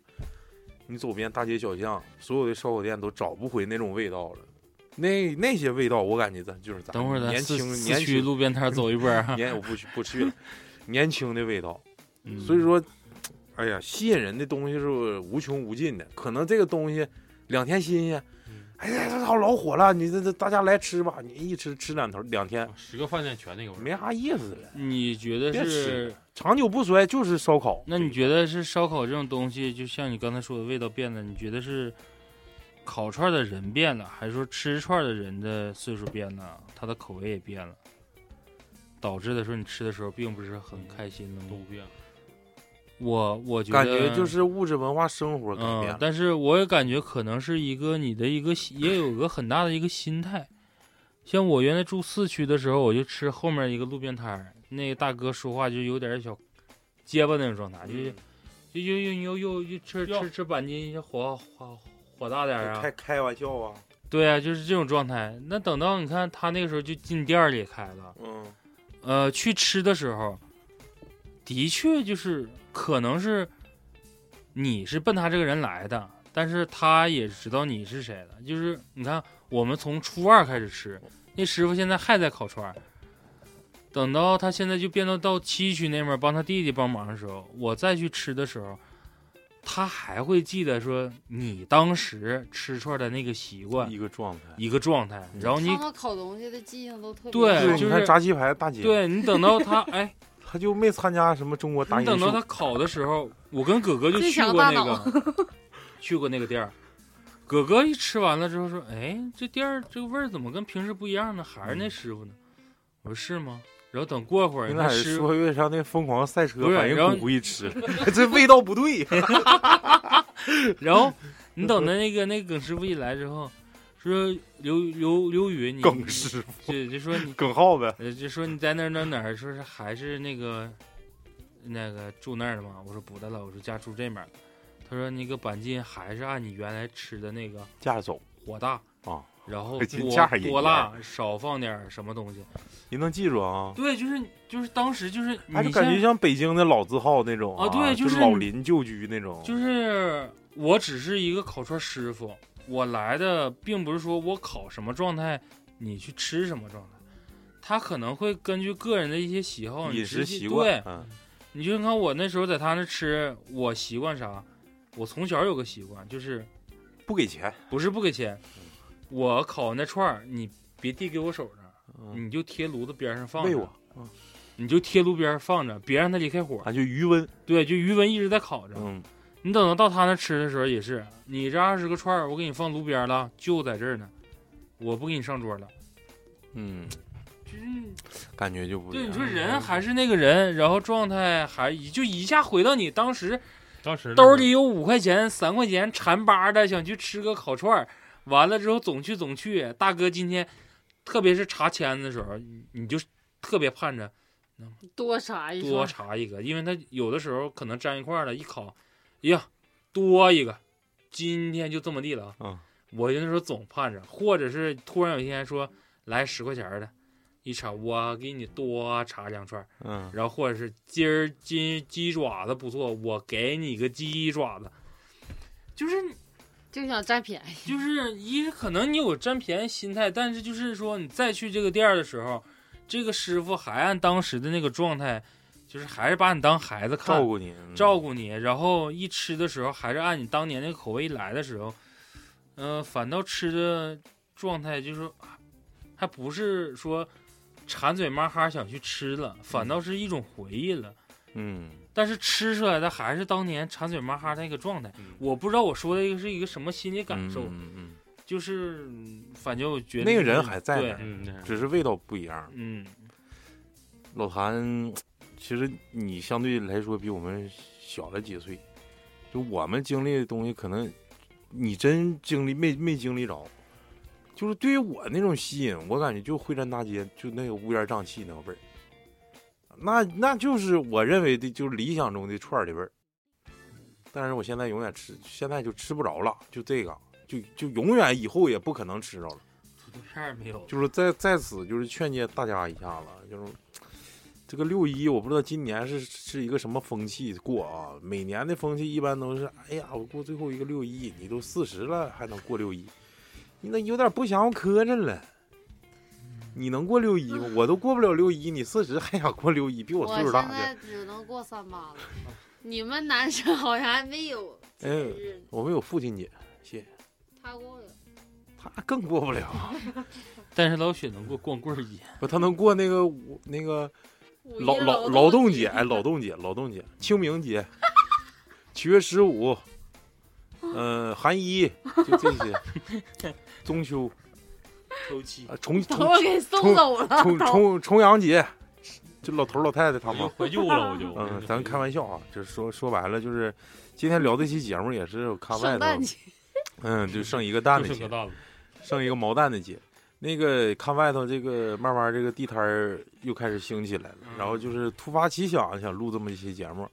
你走遍大街小巷，所有的烧烤店都找不回那种味道了。那那些味道，我感觉咱就是咱
等会儿咱
年
四
轻
四
年
区
轻
路边摊走一 波儿啊哈。
年我不去不 去了，年轻的味道。
嗯
所以说，哎呀，吸引人的东西是无穷无尽的。可能这个东西两天新鲜
嗯，
哎呀，这好老火了，你这这大家来吃吧，你一吃吃两头两天
十个饭店全那个味儿。
没啥意思了。
你觉得
别吃
是
了？长久不衰就是烧烤，
那你觉得是烧烤这种东西，就像你刚才说的味道变了，你觉得是烤串的人变了，还是说吃串的人的岁数变了，他的口味也变了，导致的说你吃的时候并不是很开心呢？
都变了，
我我嗯觉
嗯
得
感觉就是物质文化生活改变
嗯，
了。
但是我也感觉可能是一个你的一个心也有个很大的一个心态。像我原来住四区的时候，我就吃后面一个路边摊儿，那个大哥说话就有点小结巴那种状态，啊
嗯
就就又又又又又吃
哟
吃吃板筋，火火火大点儿啊！
开玩笑啊，
对啊，就是这种状态。那等到你看他那个时候就进店儿里开了，
嗯，
呃，去吃的时候，的确就是可能是你是奔他这个人来的，但是他也知道你是谁的。就是你看，我们从初二开始吃，那师傅现在还在烤串儿。等到他现在就变到到七区那边帮他弟弟帮忙的时候，我再去吃的时候，他还会记得说你当时吃串儿的那个习惯
一个状态。
一个状态，然后你
他们烤东西的记性都特别
对
好
就是
你看炸鸡排大姐，
对你等到他哎
她就没参加什么中国达
你
人
等
秀
到，他烤的时候，我跟哥哥就
最
去
强
过
大
那个， 去过那个店儿。哥哥一吃完了之后说：“哎，这店儿这个味儿怎么跟平时不一样呢？还是那
嗯
师傅呢？”我说：“是吗？”然后等过会儿，
应
那
该
师
是
傅
说越上那疯狂赛车
不是
反应
然后嗯
骨灰吃， 这味道不 对。
然后你等到那个那个耿师傅一来之后，说刘刘刘宇，你
耿师傅，
对，就说你
耿浩呗，
呃，就说你在那儿那儿哪儿，说是还是那个那个住那儿的吗？我说不在了，我说家住这边儿。他说那个板筋还是按你原来吃的那个
架着走。
火大
啊，
然后
这价
多
儿也
多
一样
辣，少放点儿什么东西。
你能记住啊？
对，就是就是当时就是你
哎，就感觉
像
像北京的老字号那种
啊对
就
就是
老林旧居那种，
就是我只是一个烤串师傅，我来的并不是说我烤什么状态，你去吃什么状态。他可能会根据个人的一些喜好、你
饮
直
食
接
习惯
对，，
嗯，
你就看我那时候在他那吃，我习惯啥？我从小有个习惯，就是
不给钱，
不是不给钱，
嗯
我烤那串儿你别递给我手上，
嗯
你就贴炉子边上放
喂
着
我，嗯
你就贴炉边儿放着，别让它离开火。
啊，就余温，
对，就余温一直在烤着。
嗯，
你等到到他那吃的时候也是，你这二十个串儿我给你放炉边儿了，就在这儿呢，我不给你上桌了。
嗯，
就是
感觉就不一
对
样
你说人啊还是那个人，然后状态还就一下回到你当时
当时
兜里有五块钱、三块钱馋巴的，想去吃个烤串儿，完了之后总去总去。大哥今天，特别是查签的时候，你你就特别盼着
多啥一
多
说，
查一个，因为他有的时候可能粘一块儿了，一烤，哎呀，多一个，今天就这么地了啊。
嗯
我有的时候总盼着，或者是突然有一天说来十块钱儿的，一查我给你多查两串儿，
嗯，
然后或者是今儿今鸡爪子不错，我给你个鸡爪子，就是
就想占便宜。
就是一可能你有占便宜心态，但是就是说你再去这个店儿的时候，这个师傅还按当时的那个状态，就是还是把你当孩子看
照，顾你，嗯
照顾你，然后一吃的时候还是按你当年那个口味来的时候，嗯、反倒吃的状态就是说还不是说馋嘴麻哈想去吃了，反倒是一种回忆了。
嗯，
但是吃出来的还是当年馋嘴麻哈那个状态，
嗯
我不知道我说的一个是一个什么心理感受，
嗯嗯
就是嗯反正我觉得
那个
就是
人还在
对
那儿
嗯，那样
嗯，只是味道不一样。
嗯，
老谭，其实你相对来说比我们小了几岁，就我们经历的东西，可能你真经历没没经历着。就是对于我那种吸引，我感觉就会战大街，就那个乌烟瘴气那个味儿，那那就是我认为的，就是理想中的串儿的味儿。但是我现在永远吃，现在就吃不着了，就这个，就就永远以后也不可能吃着了。
土豆片儿没有，
就是在在此就是劝诫大家一下子，就是这个六一，我不知道今年是是一个什么风气过啊。每年的风气一般都是，哎呀，我过最后一个六一，你都四十了还能过六一，你那有点不想要磕碜了。你能过六一吗？我都过不了六一，你四十还想过六一，比我岁数大
现
的。
在只能过三八了。你们男生好像还没有节
哎
嗯
日，
我们有父亲节，谢
他过了。
他更过不了，
但是老雪能过光棍儿 节，
不，他能过那个五那个
五一
劳劳劳
劳
动节，哎，劳动节，劳动节，清明节， 七月十五，嗯，寒衣，就这些，中秋，
偷妻
啊，重重
等我给送走 了。
重重重阳节，就老头儿老太太他
我就
们，
怀旧了，我就。
嗯，咱们开玩笑啊，就是说说白了，就是今天聊这期节目也是看外
圣
头
诞，节，
嗯，就剩一个蛋的
就
节
剩，个蛋了，
剩一个毛蛋的节。那个看外头，这个慢慢这个地摊儿又开始兴起来了，
嗯
然后就是突发奇想想录这么一期节目，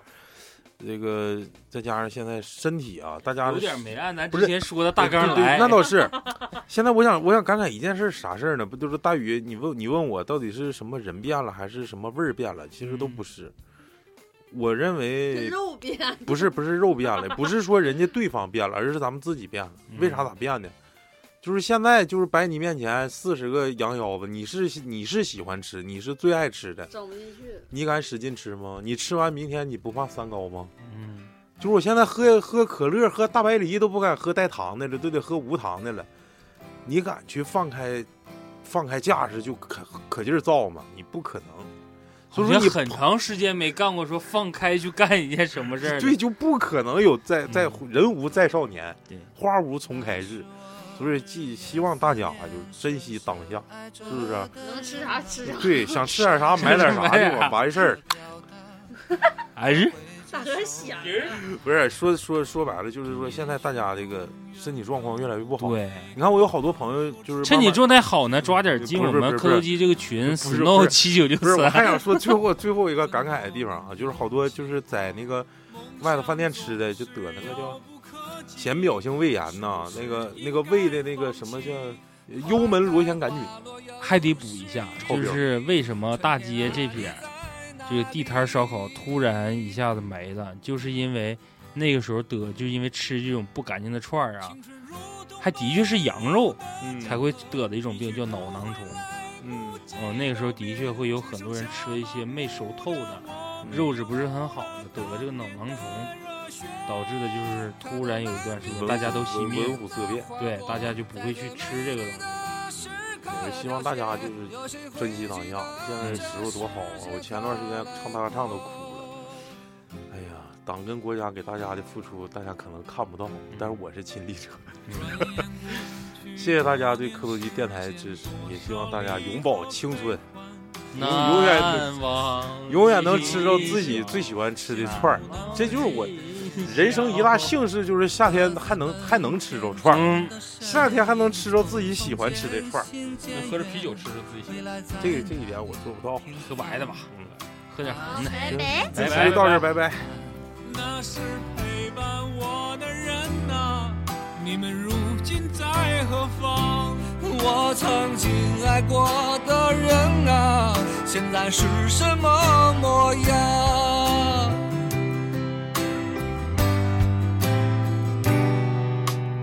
这个再加上现在身体啊，大家
有点没按咱
不
之
是
前说的大
对
纲
对
来，
那倒是。 现在我想我想感慨一件事儿，啥事儿呢？不就是大宇，你问你问我到底是什么人变了，还是什么味儿变了？其实都不是。
嗯
我认为
肉变
不是不是肉变了，不是说人家对方变了，而是咱们自己变了。为啥
嗯
咋变的？就是现在就是摆你面前四十个羊腰子，你是你是喜欢吃，你是最爱吃的，
整不进去。
你敢使劲吃吗？你吃完明天你不怕三高吗？
嗯，
就是我现在喝喝可乐、喝大白梨都不敢喝带糖的了，都得喝无糖的了。你敢去放开放开架势就可可劲儿造吗？你不可能。所以说
好像
你
很长时间没干过说放开去干一件什么事儿了，
对，就不可能有再再
嗯
人无再少年
对，
花无重开日。所以寄希望大家就珍惜当下，是不是？啊
嗯
能吃啥吃啥。
对，想吃点 啥买点啥
买点
就
啥
完事儿。
哎是
咋个想？
不是说说说白了，就是说现在大家这个身体状况越来越不好。
对。
你看我有好多朋友就是
趁
慢
你
慢
状态好呢，抓点进
不
我
是不是
们
不是
磕头机这个群
不是
，snow
不是
七九六
不是，我还
三。
想说 最后最后一个感慨的地方啊，就是好多就是在那个外头饭店吃的，就得那个叫浅表性胃炎呐，那个那个胃的那个什么叫幽门螺旋杆菌，
还得补一下，
臭
就
饼
是为什么大街这边儿这个地摊儿烧烤突然一下子没了，就是因为那个时候得，就因为吃这种不干净的串儿啊，还的确是羊肉
嗯
才会得的一种病，叫脑囊虫。
嗯
嗯，那个时候的确会有很多人吃了一些没熟透的，
嗯
肉质不是很好的，得了这个脑囊虫，导致的就是突然有一段时间大家都熄灭
文，文武色变，
对，大家就不会去吃这个东西。
我希望大家就是珍惜当下，现在时候多好啊！我前段时间唱大合唱都哭了，哎呀，党跟国家给大家的付出，大家可能看不到，但是我是亲历者。嗯 谢谢大家对磕头机电台的支持，也希望大家永葆青春，永远
难忘
永远能吃到自己最喜欢吃的串儿。这就是我人生一大幸事，就是夏天还能还能吃着串儿，
嗯，
夏天还能吃着自己喜欢吃的串儿。
那喝着啤酒吃着自己喜欢
这个这一点我做不到。
喝白的吧，
嗯
喝点
好
红的。
拜
行
拜。
这期就到这儿，拜拜。
那是陪伴我的人呐、你们如今在何方？我曾经爱过的人啊，现在是什么模样？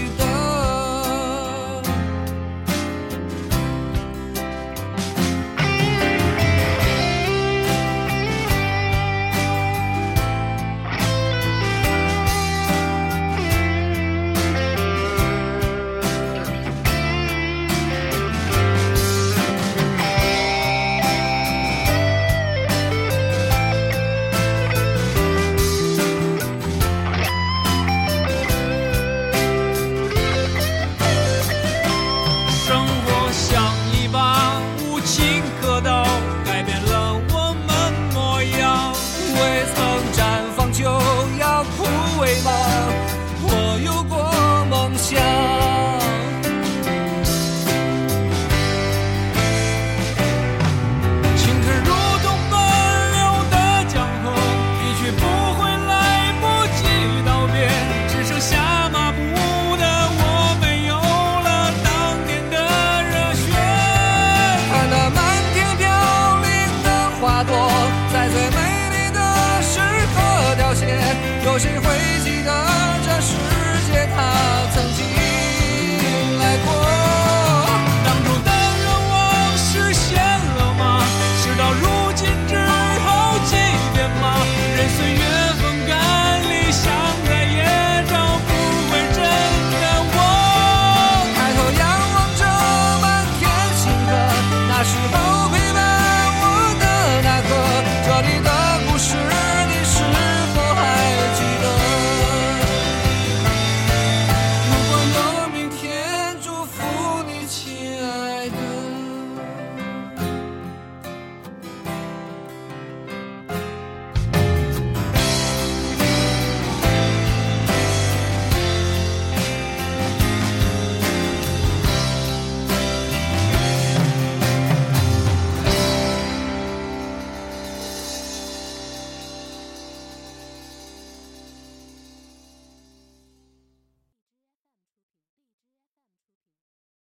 Oh,